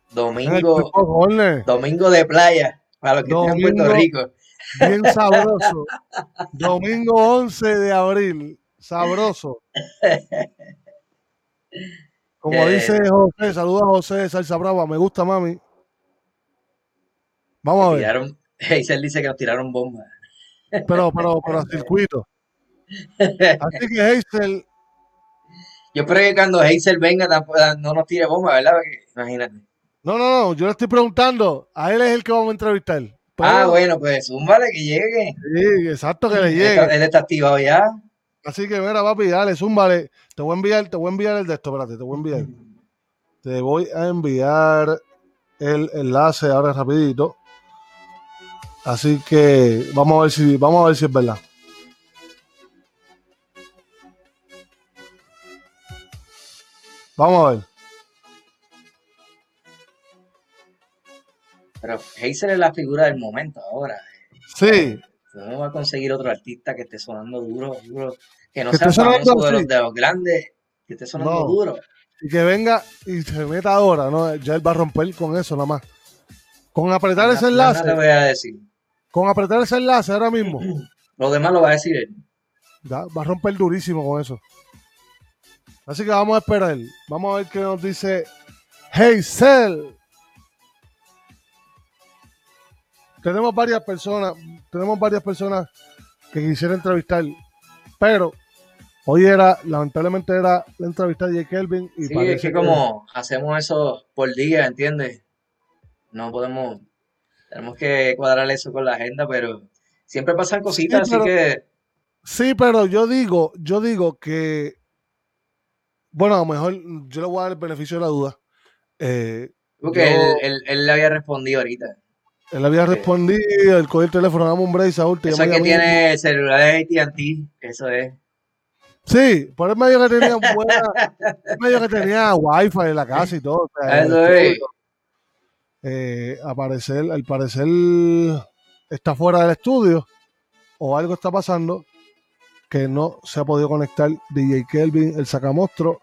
S2: el
S1: Domingo,
S2: Triple Corner,
S1: domingo de playa, para los que estén en Puerto
S2: Domingo.
S1: Rico.
S2: bien sabroso. Domingo 11 de abril, sabroso. Como
S1: Eh.
S2: dice José, saluda a José de Salsa Brava, me gusta mami. Vamos a ver,
S1: Tiraron, Hazel dice que nos tiraron bombas.
S2: pero, pero, pero a circuito. Así que Hazel,
S1: Yo espero que cuando Hazel venga tampoco, no nos tire bombas, ¿verdad? Porque, imagínate.
S2: no, no, no, yo le estoy preguntando, a él es el que vamos a entrevistar. Pero-
S1: Ah, bueno, pues zúmbale que llegue.
S2: Sí, exacto que le
S1: Él
S2: llegue.
S1: está- él está activado ya.
S2: Así que mira, papi, dale, zúmbale. Te voy a enviar, te voy a enviar el de esto, espérate, te voy a enviar. Te voy a enviar el enlace ahora rapidito. Así que vamos a ver si, vamos a ver si es verdad. Vamos a ver.
S1: Pero Hazel es la figura del momento ahora.
S2: Sí,
S1: No va a conseguir otro artista que esté sonando duro, duro, que no
S2: Que
S1: sea
S2: esté sonando
S1: famoso de
S2: así.
S1: los, de los grandes, que esté sonando
S2: No.
S1: duro.
S2: y que venga y se meta ahora, ¿no? Ya él va a romper con eso nada más. Con apretar
S1: Más-
S2: ese
S1: más
S2: enlace,
S1: No le voy a decir.
S2: con apretar ese enlace ahora mismo,
S1: Lo demás lo va a decir él.
S2: ya, va a romper durísimo con eso. Así que vamos a esperar. Vamos a ver qué nos dice Hazel. Tenemos varias personas, tenemos varias personas que quisiera entrevistar, pero hoy era, lamentablemente era la entrevista de J. Kelvin y
S1: Sí,
S2: parece
S1: es que como hacemos eso por día, ¿entiendes? No podemos, tenemos que cuadrar eso con la agenda, pero siempre pasan cositas,
S2: pero-
S1: así que
S2: Sí, pero yo digo, yo digo que, bueno, a lo mejor yo le voy a dar el beneficio de la duda. Eh,
S1: creo que
S2: yo-
S1: él, él- él le había respondido ahorita.
S2: Él había respondido, él cogió el teléfono, dame un break, Saúl, te
S1: Eso
S2: llamé
S1: es
S2: ya
S1: que
S2: mismo.
S1: tiene celular de AT&T, eso es.
S2: Sí, por el medio que tenía buena, él medio que tenía wifi en la casa y todo. o
S1: Ah,
S2: sea,
S1: Eso es.
S2: eh, a parecer- al parecer está fuera del estudio o algo está pasando que no se ha podido conectar DJ Kelvin, el sacamostro.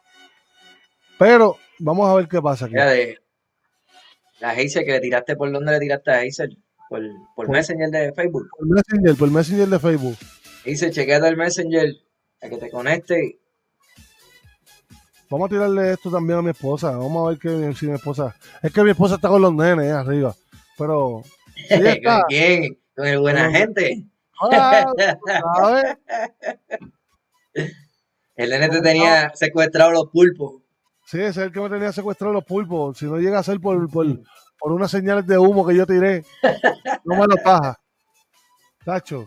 S2: Pero vamos a ver qué pasa aquí.
S1: Mira, de la Hazel que le tiraste, ¿por dónde le tiraste a Hazel? Por, por
S2: Por-
S1: Messenger de Facebook.
S2: Por Messenger, por Messenger de Facebook.
S1: Hazel, chequeate el Messenger para que te conecte.
S2: Vamos a tirarle esto también a mi esposa. Vamos a ver que, si mi esposa. Es que mi esposa está con los nenes ahí arriba. Pero. sí
S1: ¿Con
S2: está.
S1: quién? Con el buena
S2: Con-
S1: gente.
S2: Ah, ¿sabes?
S1: El nene te tenía secuestrado los pulpos.
S2: Sí, ese es el que me tenía secuestrado los pulpos. Si no llega a ser por, por, por unas señales de humo que yo tiré, no me lo paja. Tacho,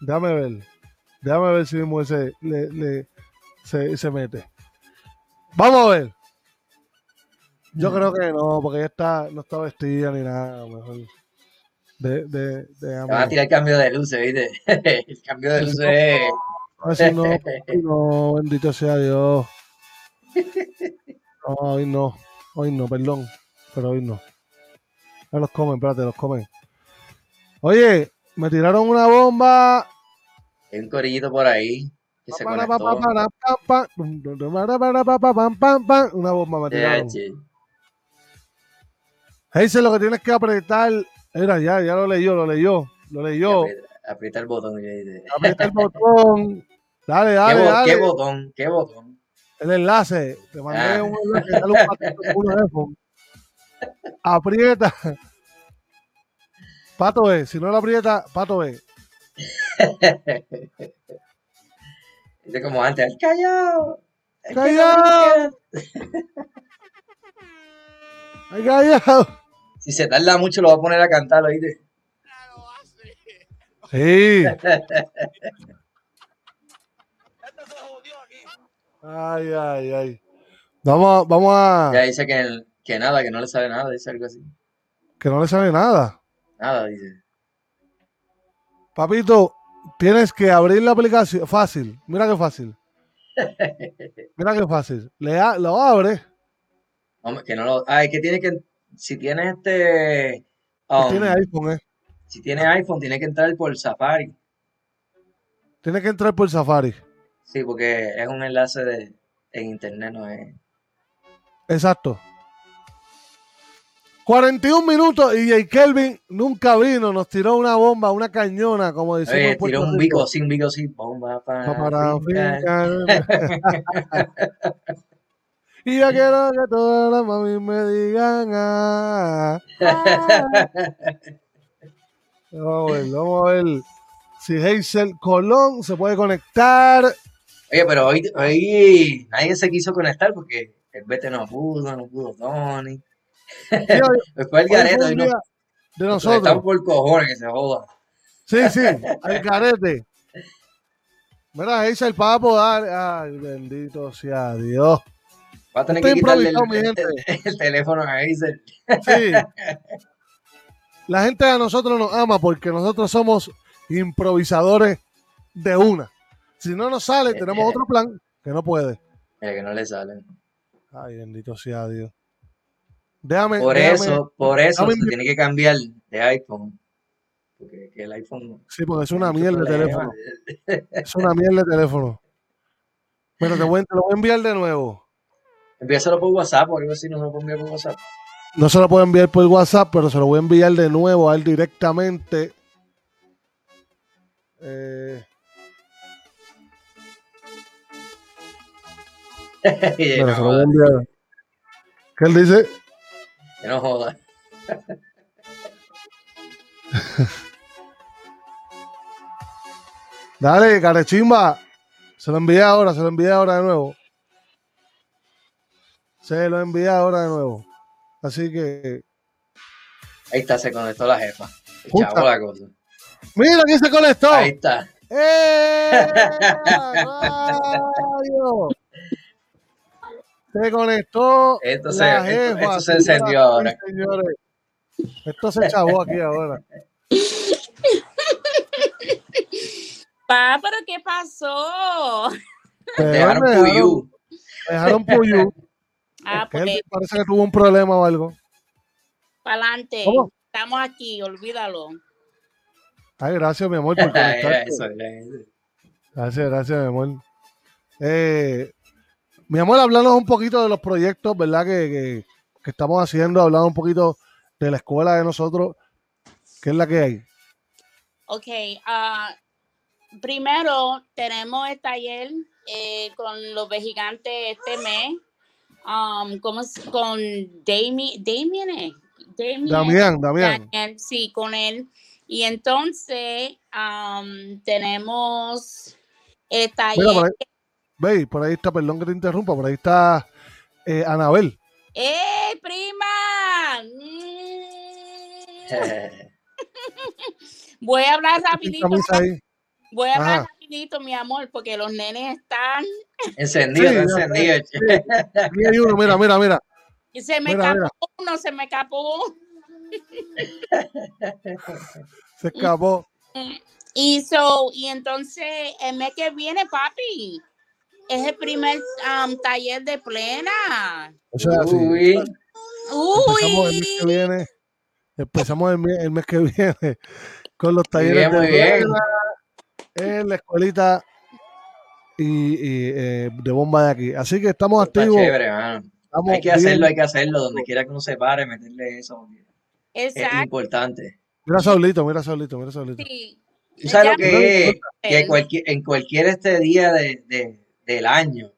S2: déjame ver. Déjame ver si mi mujer se, le- le- se, se mete. Vamos a ver. Yo creo que no, porque ella está, no está vestida ni nada. a lo Mejor. De, de, de
S1: Te van a tirar el cambio de luces, ¿viste? El cambio de luces es-
S2: A ver si no, Ay, no, bendito sea Dios. No, hoy no, hoy no, perdón, pero hoy no. No los comen, espérate, los comen. Oye, me tiraron una bomba.
S1: Hay un corillito por ahí. que se
S2: Para,
S1: conectó.
S2: pa, pa, para, pa, pa, dum, dum, dum, para, para, pa, pa, pam, pam, pam. Una bomba
S1: Eh,
S2: me tiraron.
S1: Eche.
S2: Hazel, lo que tienes que apretar. Era, ya, ya lo leyó, lo leyó, lo leyó.
S1: Y aprieta- Aprieta el botón y ahí te-
S2: Aprieta el botón. Dale,
S1: ¿Qué,
S2: dale,
S1: bo-
S2: dale.
S1: qué botón? ¿Qué botón?
S2: el enlace. Te mandé
S1: Ah.
S2: un enlace. Dale un patito con un iPhone. Aprieta. Pato B. Si no lo aprieta, Pato B.
S1: Es como antes, el callao. el que no
S2: ¡Callao!
S1: busca.
S2: ¡Ay, callado!
S1: Si se tarda mucho lo va a poner a cantar, ¿oíste?
S2: Sí. Ay, ay, ay. Vamos, a- vamos a.
S1: Ya dice que, el- que nada, que no le sabe nada, dice algo así.
S2: Que no le sale nada.
S1: Nada, dice.
S2: Papito, tienes que abrir la aplicación. Fácil. Mira qué fácil. Mira qué fácil. Le a- lo abre.
S1: Hombre, que no lo. Ah, es que tiene que. Si tienes este.
S2: que
S1: um,
S2: tiene iPhone, eh.
S1: si tienes iPhone, tiene que entrar por Safari.
S2: Tiene que entrar por Safari.
S1: Sí, porque es un enlace de, en internet, no es.
S2: Exacto. 41 minutos y J. Kelvin nunca vino, nos tiró una bomba, una cañona, como decimos.
S1: Oye,
S2: en Puerto
S1: tiró un
S2: Rico.
S1: bico sin bico sin bomba para. eh.
S2: Pa- para
S1: brincar.
S2: brincar. y yo quiero que todas las mami me digan. ah, ah. Vamos a ver, vamos a ver si Hazel Colón se puede conectar.
S1: Oye, pero hoy, hoy nadie se quiso conectar porque el Bete no pudo, no pudo Tony.
S2: Sí, hoy- hoy
S1: Pues fue el
S2: fue
S1: Gareto
S2: un
S1: y no,
S2: día de
S1: nos estamos
S2: nosotros.
S1: por cojones que se joda.
S2: Sí, sí, al carete. Mira, Hazel, para apodar. Ay, bendito sea Dios.
S1: Va a tener
S2: Estoy
S1: que quitarle el,
S2: improvisado, mi gente.
S1: el- el teléfono a Acer.
S2: Sí. La gente a nosotros nos ama porque nosotros somos improvisadores de una. Si no nos sale, tenemos otro plan que no puede.
S1: Mira que no le salen.
S2: Ay, bendito sea Dios. Déjame.
S1: Por
S2: déjame-
S1: eso, por eso
S2: dame
S1: se
S2: mi-
S1: tiene que cambiar de iPhone. Porque es que el iPhone.
S2: Sí, porque es una
S1: mucho
S2: mierda de
S1: problema.
S2: teléfono. Es una mierda de teléfono. Pero te, voy, te lo voy a enviar de nuevo.
S1: Envíaselo por WhatsApp, porque si no se lo puedo enviar por WhatsApp.
S2: No se lo puedo enviar por WhatsApp, pero se lo voy a enviar de nuevo a él directamente. Eh,
S1: Que
S2: mira,
S1: no
S2: se lo voy a
S1: joda,
S2: enviar. ¿Qué él dice?
S1: que no joda.
S2: Dale, carechimba. Se lo envié ahora, se lo envié ahora de nuevo. Se lo envié ahora de nuevo. Así que.
S1: Ahí está, se conectó la jefa. Se
S2: Puta.
S1: Chavó la cosa.
S2: ¡Mira quién se conectó!
S1: Ahí está.
S2: ¡Eh! ¡Rayo! Se conectó.
S1: Esto se-
S2: la
S1: esto-
S2: jefa,
S1: esto se
S2: señoras
S1: encendió
S2: y
S1: ahora.
S2: señores. Esto se chavó aquí ahora.
S3: Pa, pero ¿qué pasó?
S2: Me
S1: Dejaron Puyú.
S2: Dejaron Puyú.
S3: Ah,
S2: que él
S3: porque
S2: parece que tuvo un problema o algo.
S3: para adelante.
S2: ¿Cómo?
S3: Estamos aquí, olvídalo.
S2: Ay, gracias, mi amor, por
S1: Era
S2: conectarte.
S1: eso, era eso.
S2: Gracias, gracias, mi amor. Eh, mi amor, hablarnos un poquito de los proyectos, ¿verdad? Que, que- que estamos haciendo, hablar un poquito de la escuela de nosotros, que es la que hay.
S3: Ok, ah, primero tenemos el taller eh, con los vejigantes este mes. Um, ¿cómo es? Con Dami- Damien. ¿eh? Damien.
S2: Damián, Damián.
S3: Daniel, sí, con él. Y entonces am, tenemos el taller.
S2: Mira, por ahí, ve, por ahí está, perdón que te interrumpa, por ahí está eh, Anabel.
S3: ¡Eh, prima! Mm. Voy a hablar
S2: Tiene
S3: rapidito,
S2: camisa ahí.
S3: voy a hablar
S2: Ajá.
S3: rapidito, mi amor, porque los nenes están...
S1: Encendido,
S2: Sí,
S1: está
S2: ya sé.
S1: encendido.
S2: Aquí hay uno, mira, mira, mira.
S3: Se me
S2: Mira,
S3: escapó
S2: mira.
S3: uno, se me escapó uno.
S2: Se escapó.
S3: Y, so, y entonces el mes que viene, papi, es el primer am, taller de plena.
S2: Eso es así.
S1: Uy,
S2: Empezamos el mes que
S3: ¡Uy!
S2: viene. Empezamos el mes, el mes que viene con los talleres
S1: bien,
S2: de
S1: muy bien.
S2: rueda en la escuelita y, y, eh, de bomba de aquí. Así que estamos
S1: Está
S2: activos.
S1: chévere, mano.
S2: estamos
S1: Hay que
S2: bien.
S1: hacerlo, hay que hacerlo, donde quiera que uno se pare, meterle eso. porque Es
S2: Eh,
S3: Exacto.
S1: importante.
S2: Mira Saulito, mira Saulito, mira Saulito.
S3: sí.
S1: Tú sabes lo
S3: Ya
S1: que
S2: me-
S1: es que cualquier- en cualquier este día de- de- del año,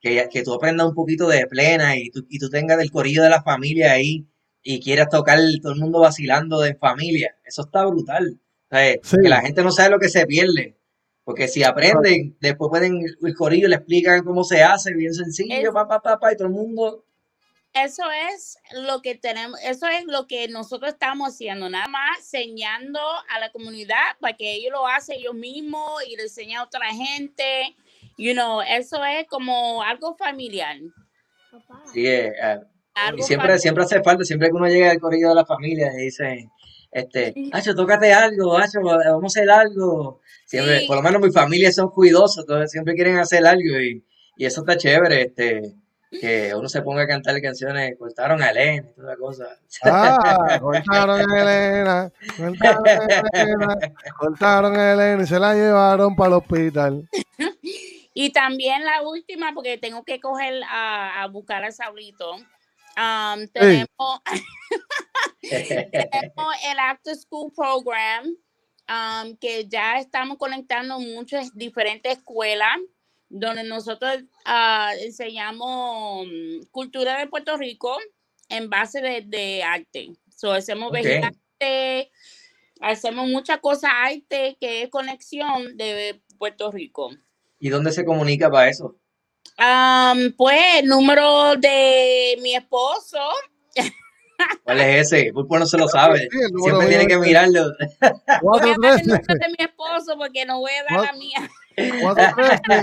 S1: que, que tú aprendas un poquito de plena y tú, y tú tengas el corillo de la familia ahí y quieras tocar todo el mundo vacilando de familia. Eso está brutal. O sea,
S2: Sí.
S1: Que la gente no sabe lo que se pierde. Porque si aprenden, después pueden, el corillo le explican cómo se hace, bien sencillo,
S3: Es-
S1: pa, pa, pa, pa, y todo el mundo.
S3: Eso es lo que tenemos, eso es lo que nosotros estamos haciendo, nada más enseñando a la comunidad para que ellos lo hacen ellos mismos y lo enseñen a otra gente. You know, eso es como algo familiar.
S1: Sí, eh, eh,
S3: Algo
S1: Y siempre, siempre hace falta, siempre que uno llega al corrido de la familia y dice, este, Hacho, tócate algo, Hacho, vamos a hacer algo. Siempre,
S3: Sí.
S1: por lo menos mi familia son cuidosos, entonces siempre quieren hacer algo y, y eso está chévere, este, que uno se ponga a cantar canciones, cortaron a Elena y toda la cosa.
S2: Ah, cortaron a Elena, cortaron a Elena, cortaron a Elena y se la llevaron para el hospital.
S3: Y también la última, porque tengo que coger a, a buscar a Saulito. Um, tenemos, tenemos el After School Program, um, que ya estamos conectando muchas diferentes escuelas, donde nosotros ah, enseñamos mm, cultura de Puerto Rico en base de, de arte. So, hacemos
S1: Ok.
S3: vegetales, hacemos muchas cosas arte que es conexión de Puerto Rico.
S1: ¿Y dónde se comunica para eso?
S3: Am, pues el número de mi esposo.
S1: ¿Cuál es ese? Pulpo no se lo sabe.
S2: Sí, el número
S1: Siempre tiene que mirarlo.
S3: Voy a dar
S2: 413,
S3: el número de mi esposo porque no voy a dar la mía.
S2: 413.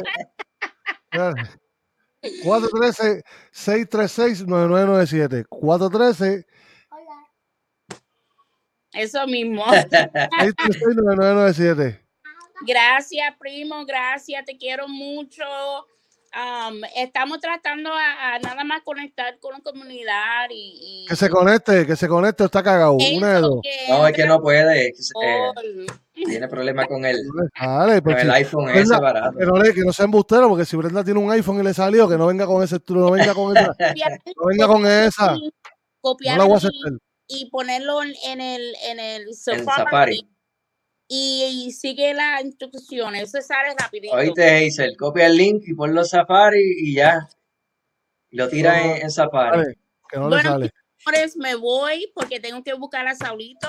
S2: 413 636 9997 413
S3: Eso mismo.
S2: 636 9997
S3: Gracias, primo. Gracias. Te quiero mucho. Am, estamos tratando a, a nada más conectar con la comunidad y. y-
S2: Que se conecte, que se conecte, está cagado. Una de
S3: Eso,
S2: dos.
S3: que
S1: No, es que no puede, es que se- eh,
S3: entre por-
S1: tiene problemas con el,
S2: Dale,
S1: con
S2: pues
S1: el
S2: sí.
S1: iPhone ese
S2: Brenda,
S1: barato.
S2: que, no le- que no sea embustero, porque si Brenda tiene un iPhone y le salió, que no venga con ese, no venga con esa,
S3: copiar-
S2: no venga con esa. No la
S3: copiarlo
S2: voy a
S3: y-
S2: aceptar.
S3: y ponerlo en- en el en el
S1: En
S3: Safari
S1: Safari.
S3: Y, y sigue las instrucciones. Eso sale rapidito.
S1: Oíste, Hazel, copia el link y ponlo en Safari y ya. Lo tira
S2: No,
S1: en, en Safari.
S2: Dale, que no le
S3: Bueno,
S2: sale.
S3: Señores, me voy porque tengo que buscar a Saulito.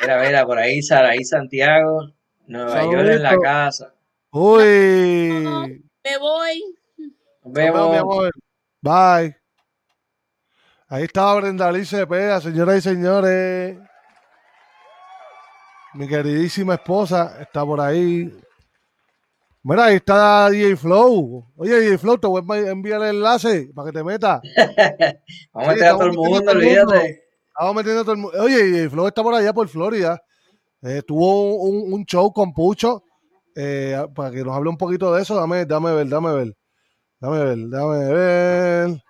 S1: Mira, mira, por ahí Saraí Santiago, Nueva York en la
S2: Saludito.
S1: casa.
S3: pues,
S2: Uy.
S3: Me voy.
S1: Nos
S2: Nos vemos, mi
S1: vemos.
S2: amor. Bye. Ahí estaba Brenda Liz Cepeda, señoras y señores. Mi queridísima esposa está por ahí. Mira, ahí está DJ Flow. Oye, DJ Flow, te voy a enviar el enlace para que te metas.
S1: Vamos a
S2: Sí,
S1: meter a todo el
S2: estamos
S1: mundo,
S2: metiendo a todo el mundo.
S1: olvídate.
S2: Estamos metiendo a todo el mu- Oye, y Flo está por allá por Florida. Eh, tuvo un, un show con Pucho. eh, para que nos hable un poquito de eso, dame, dame ver, dame ver. Dame ver, dame ver.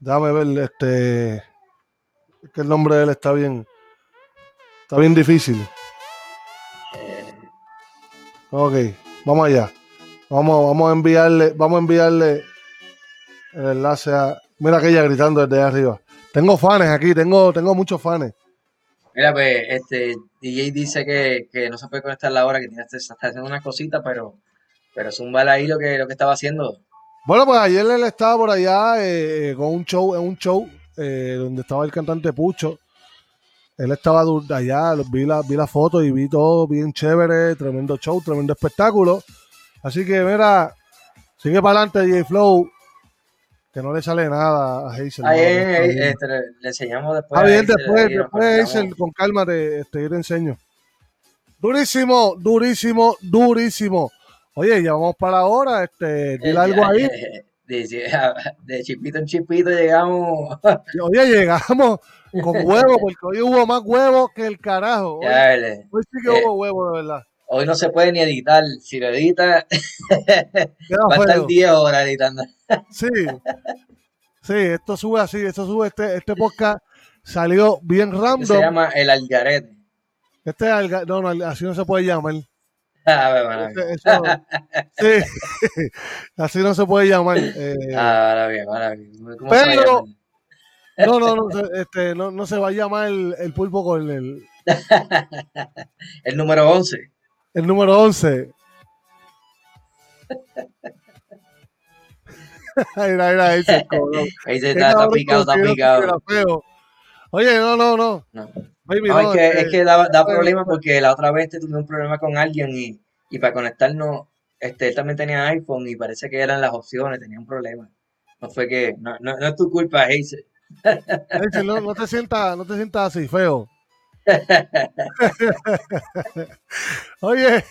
S2: Dame ver, este. es que el nombre de él está bien. Está bien difícil. Ok, vamos allá. Vamos, vamos a enviarle, vamos a enviarle el enlace a. Mira aquella gritando desde allá arriba. Tengo fans aquí, tengo, tengo muchos fans.
S1: Mira, pues, este, DJ dice que, que no se puede conectar la hora, que tiene, está haciendo unas cositas, pero, pero es un bal ahí lo que, lo que estaba haciendo.
S2: Bueno, pues ayer él estaba por allá eh, eh, con un show, en un show eh, donde estaba el cantante Pucho. Él estaba du- allá, lo- vi la, vi la foto y vi todo bien chévere, tremendo show, tremendo espectáculo. Así que mira, sigue para adelante DJ Flow, que no le sale nada a
S1: Ahí,
S2: Hazel. ¿no?
S1: ahí,
S2: Está
S1: ahí,
S2: bien.
S1: Ah, este, le, le enseñamos después.
S2: Está
S1: a
S2: Ah, bien,
S1: Hazel,
S2: después,
S1: Pues, ahí nos
S2: después Hazel,
S1: conectamos.
S2: con calma te, este, yo te enseño. Durísimo, durísimo, durísimo. Oye, ya vamos para ahora, este,
S1: Eh,
S2: dile algo
S1: ya,
S2: ahí.
S1: eh, De, de chipito en chipito llegamos.
S2: Oye, llegamos con huevo, porque hoy hubo más huevo que el carajo. Hoy,
S1: Ya, eh.
S2: hoy sí que hubo huevo, de verdad.
S1: Hoy no se puede ni editar. Si lo edita,
S2: Queda
S1: va a
S2: feo.
S1: estar 10 horas editando.
S2: Sí. Sí, esto sube así, esto sube. Este, este podcast salió bien
S1: Este Se
S2: random.
S1: llama El Algarete.
S2: Este alga- no, no, así no se puede llamar.
S1: A ver, María.
S2: Eso- sí, así no se puede llamar. eh,
S1: Ah, ahora bien, ahora bien. ¿Cómo
S2: Pero-
S1: se va a llamar?
S2: no, no, no, se- este, no, no se va a llamar el, el pulpo con el,
S1: El número 11.
S2: el número 11. mira, mira, ahí se cobró.
S1: Ahí se
S2: Qué
S1: está, está
S2: cabrón,
S1: picado, está
S2: considero que era
S1: picado.
S2: feo. Oye, no, no, no.
S1: No.
S2: Baby,
S1: No,
S2: no,
S1: es que, es
S2: este,
S1: que da, da
S2: eh,
S1: problema porque la otra vez te tuve un problema con alguien y, y para conectarnos, este, él también tenía iPhone y parece que eran las opciones, tenía un problema. No fue que, no, no, no es tu culpa, Hazel.
S2: Hazel, eh, no, no te sientas, no te sientas así, feo. Oye,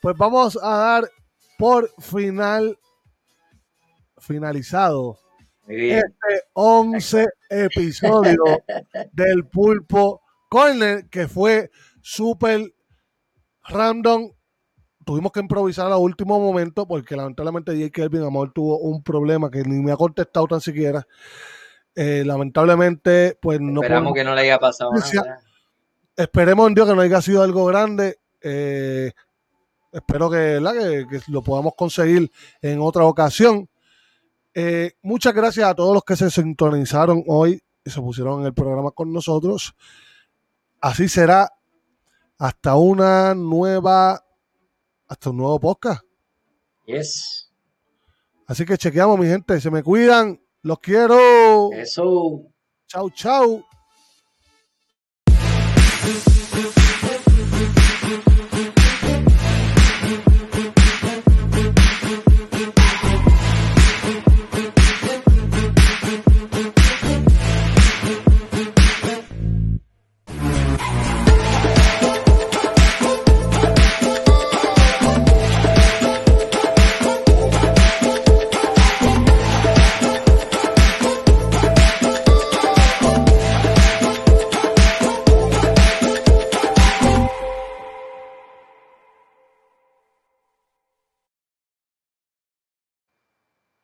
S2: pues vamos a dar por final finalizado
S1: Muy
S2: Eh,
S1: bien.
S2: Este 11 episodios del Pulpo Corner, que fue súper random. Tuvimos que improvisar a último momento porque lamentablemente J. Kelvin Amor tuvo un problema que ni me ha contestado tan siquiera. Eh, lamentablemente, pues no
S1: Esperamos
S2: podemos-
S1: que no le haya pasado nada.
S2: Sí, esperemos en Dios que no haya sido algo grande. eh, espero que, ¿verdad? que- que lo podamos conseguir en otra ocasión. Eh, muchas gracias a todos los que se sintonizaron hoy y se pusieron en el programa con nosotros. Así será hasta una nueva, hasta un nuevo podcast.
S1: Yes.
S2: Así que chequeamos, mi gente. Se me cuidan. Los quiero.
S1: Eso.
S2: Chau, chau.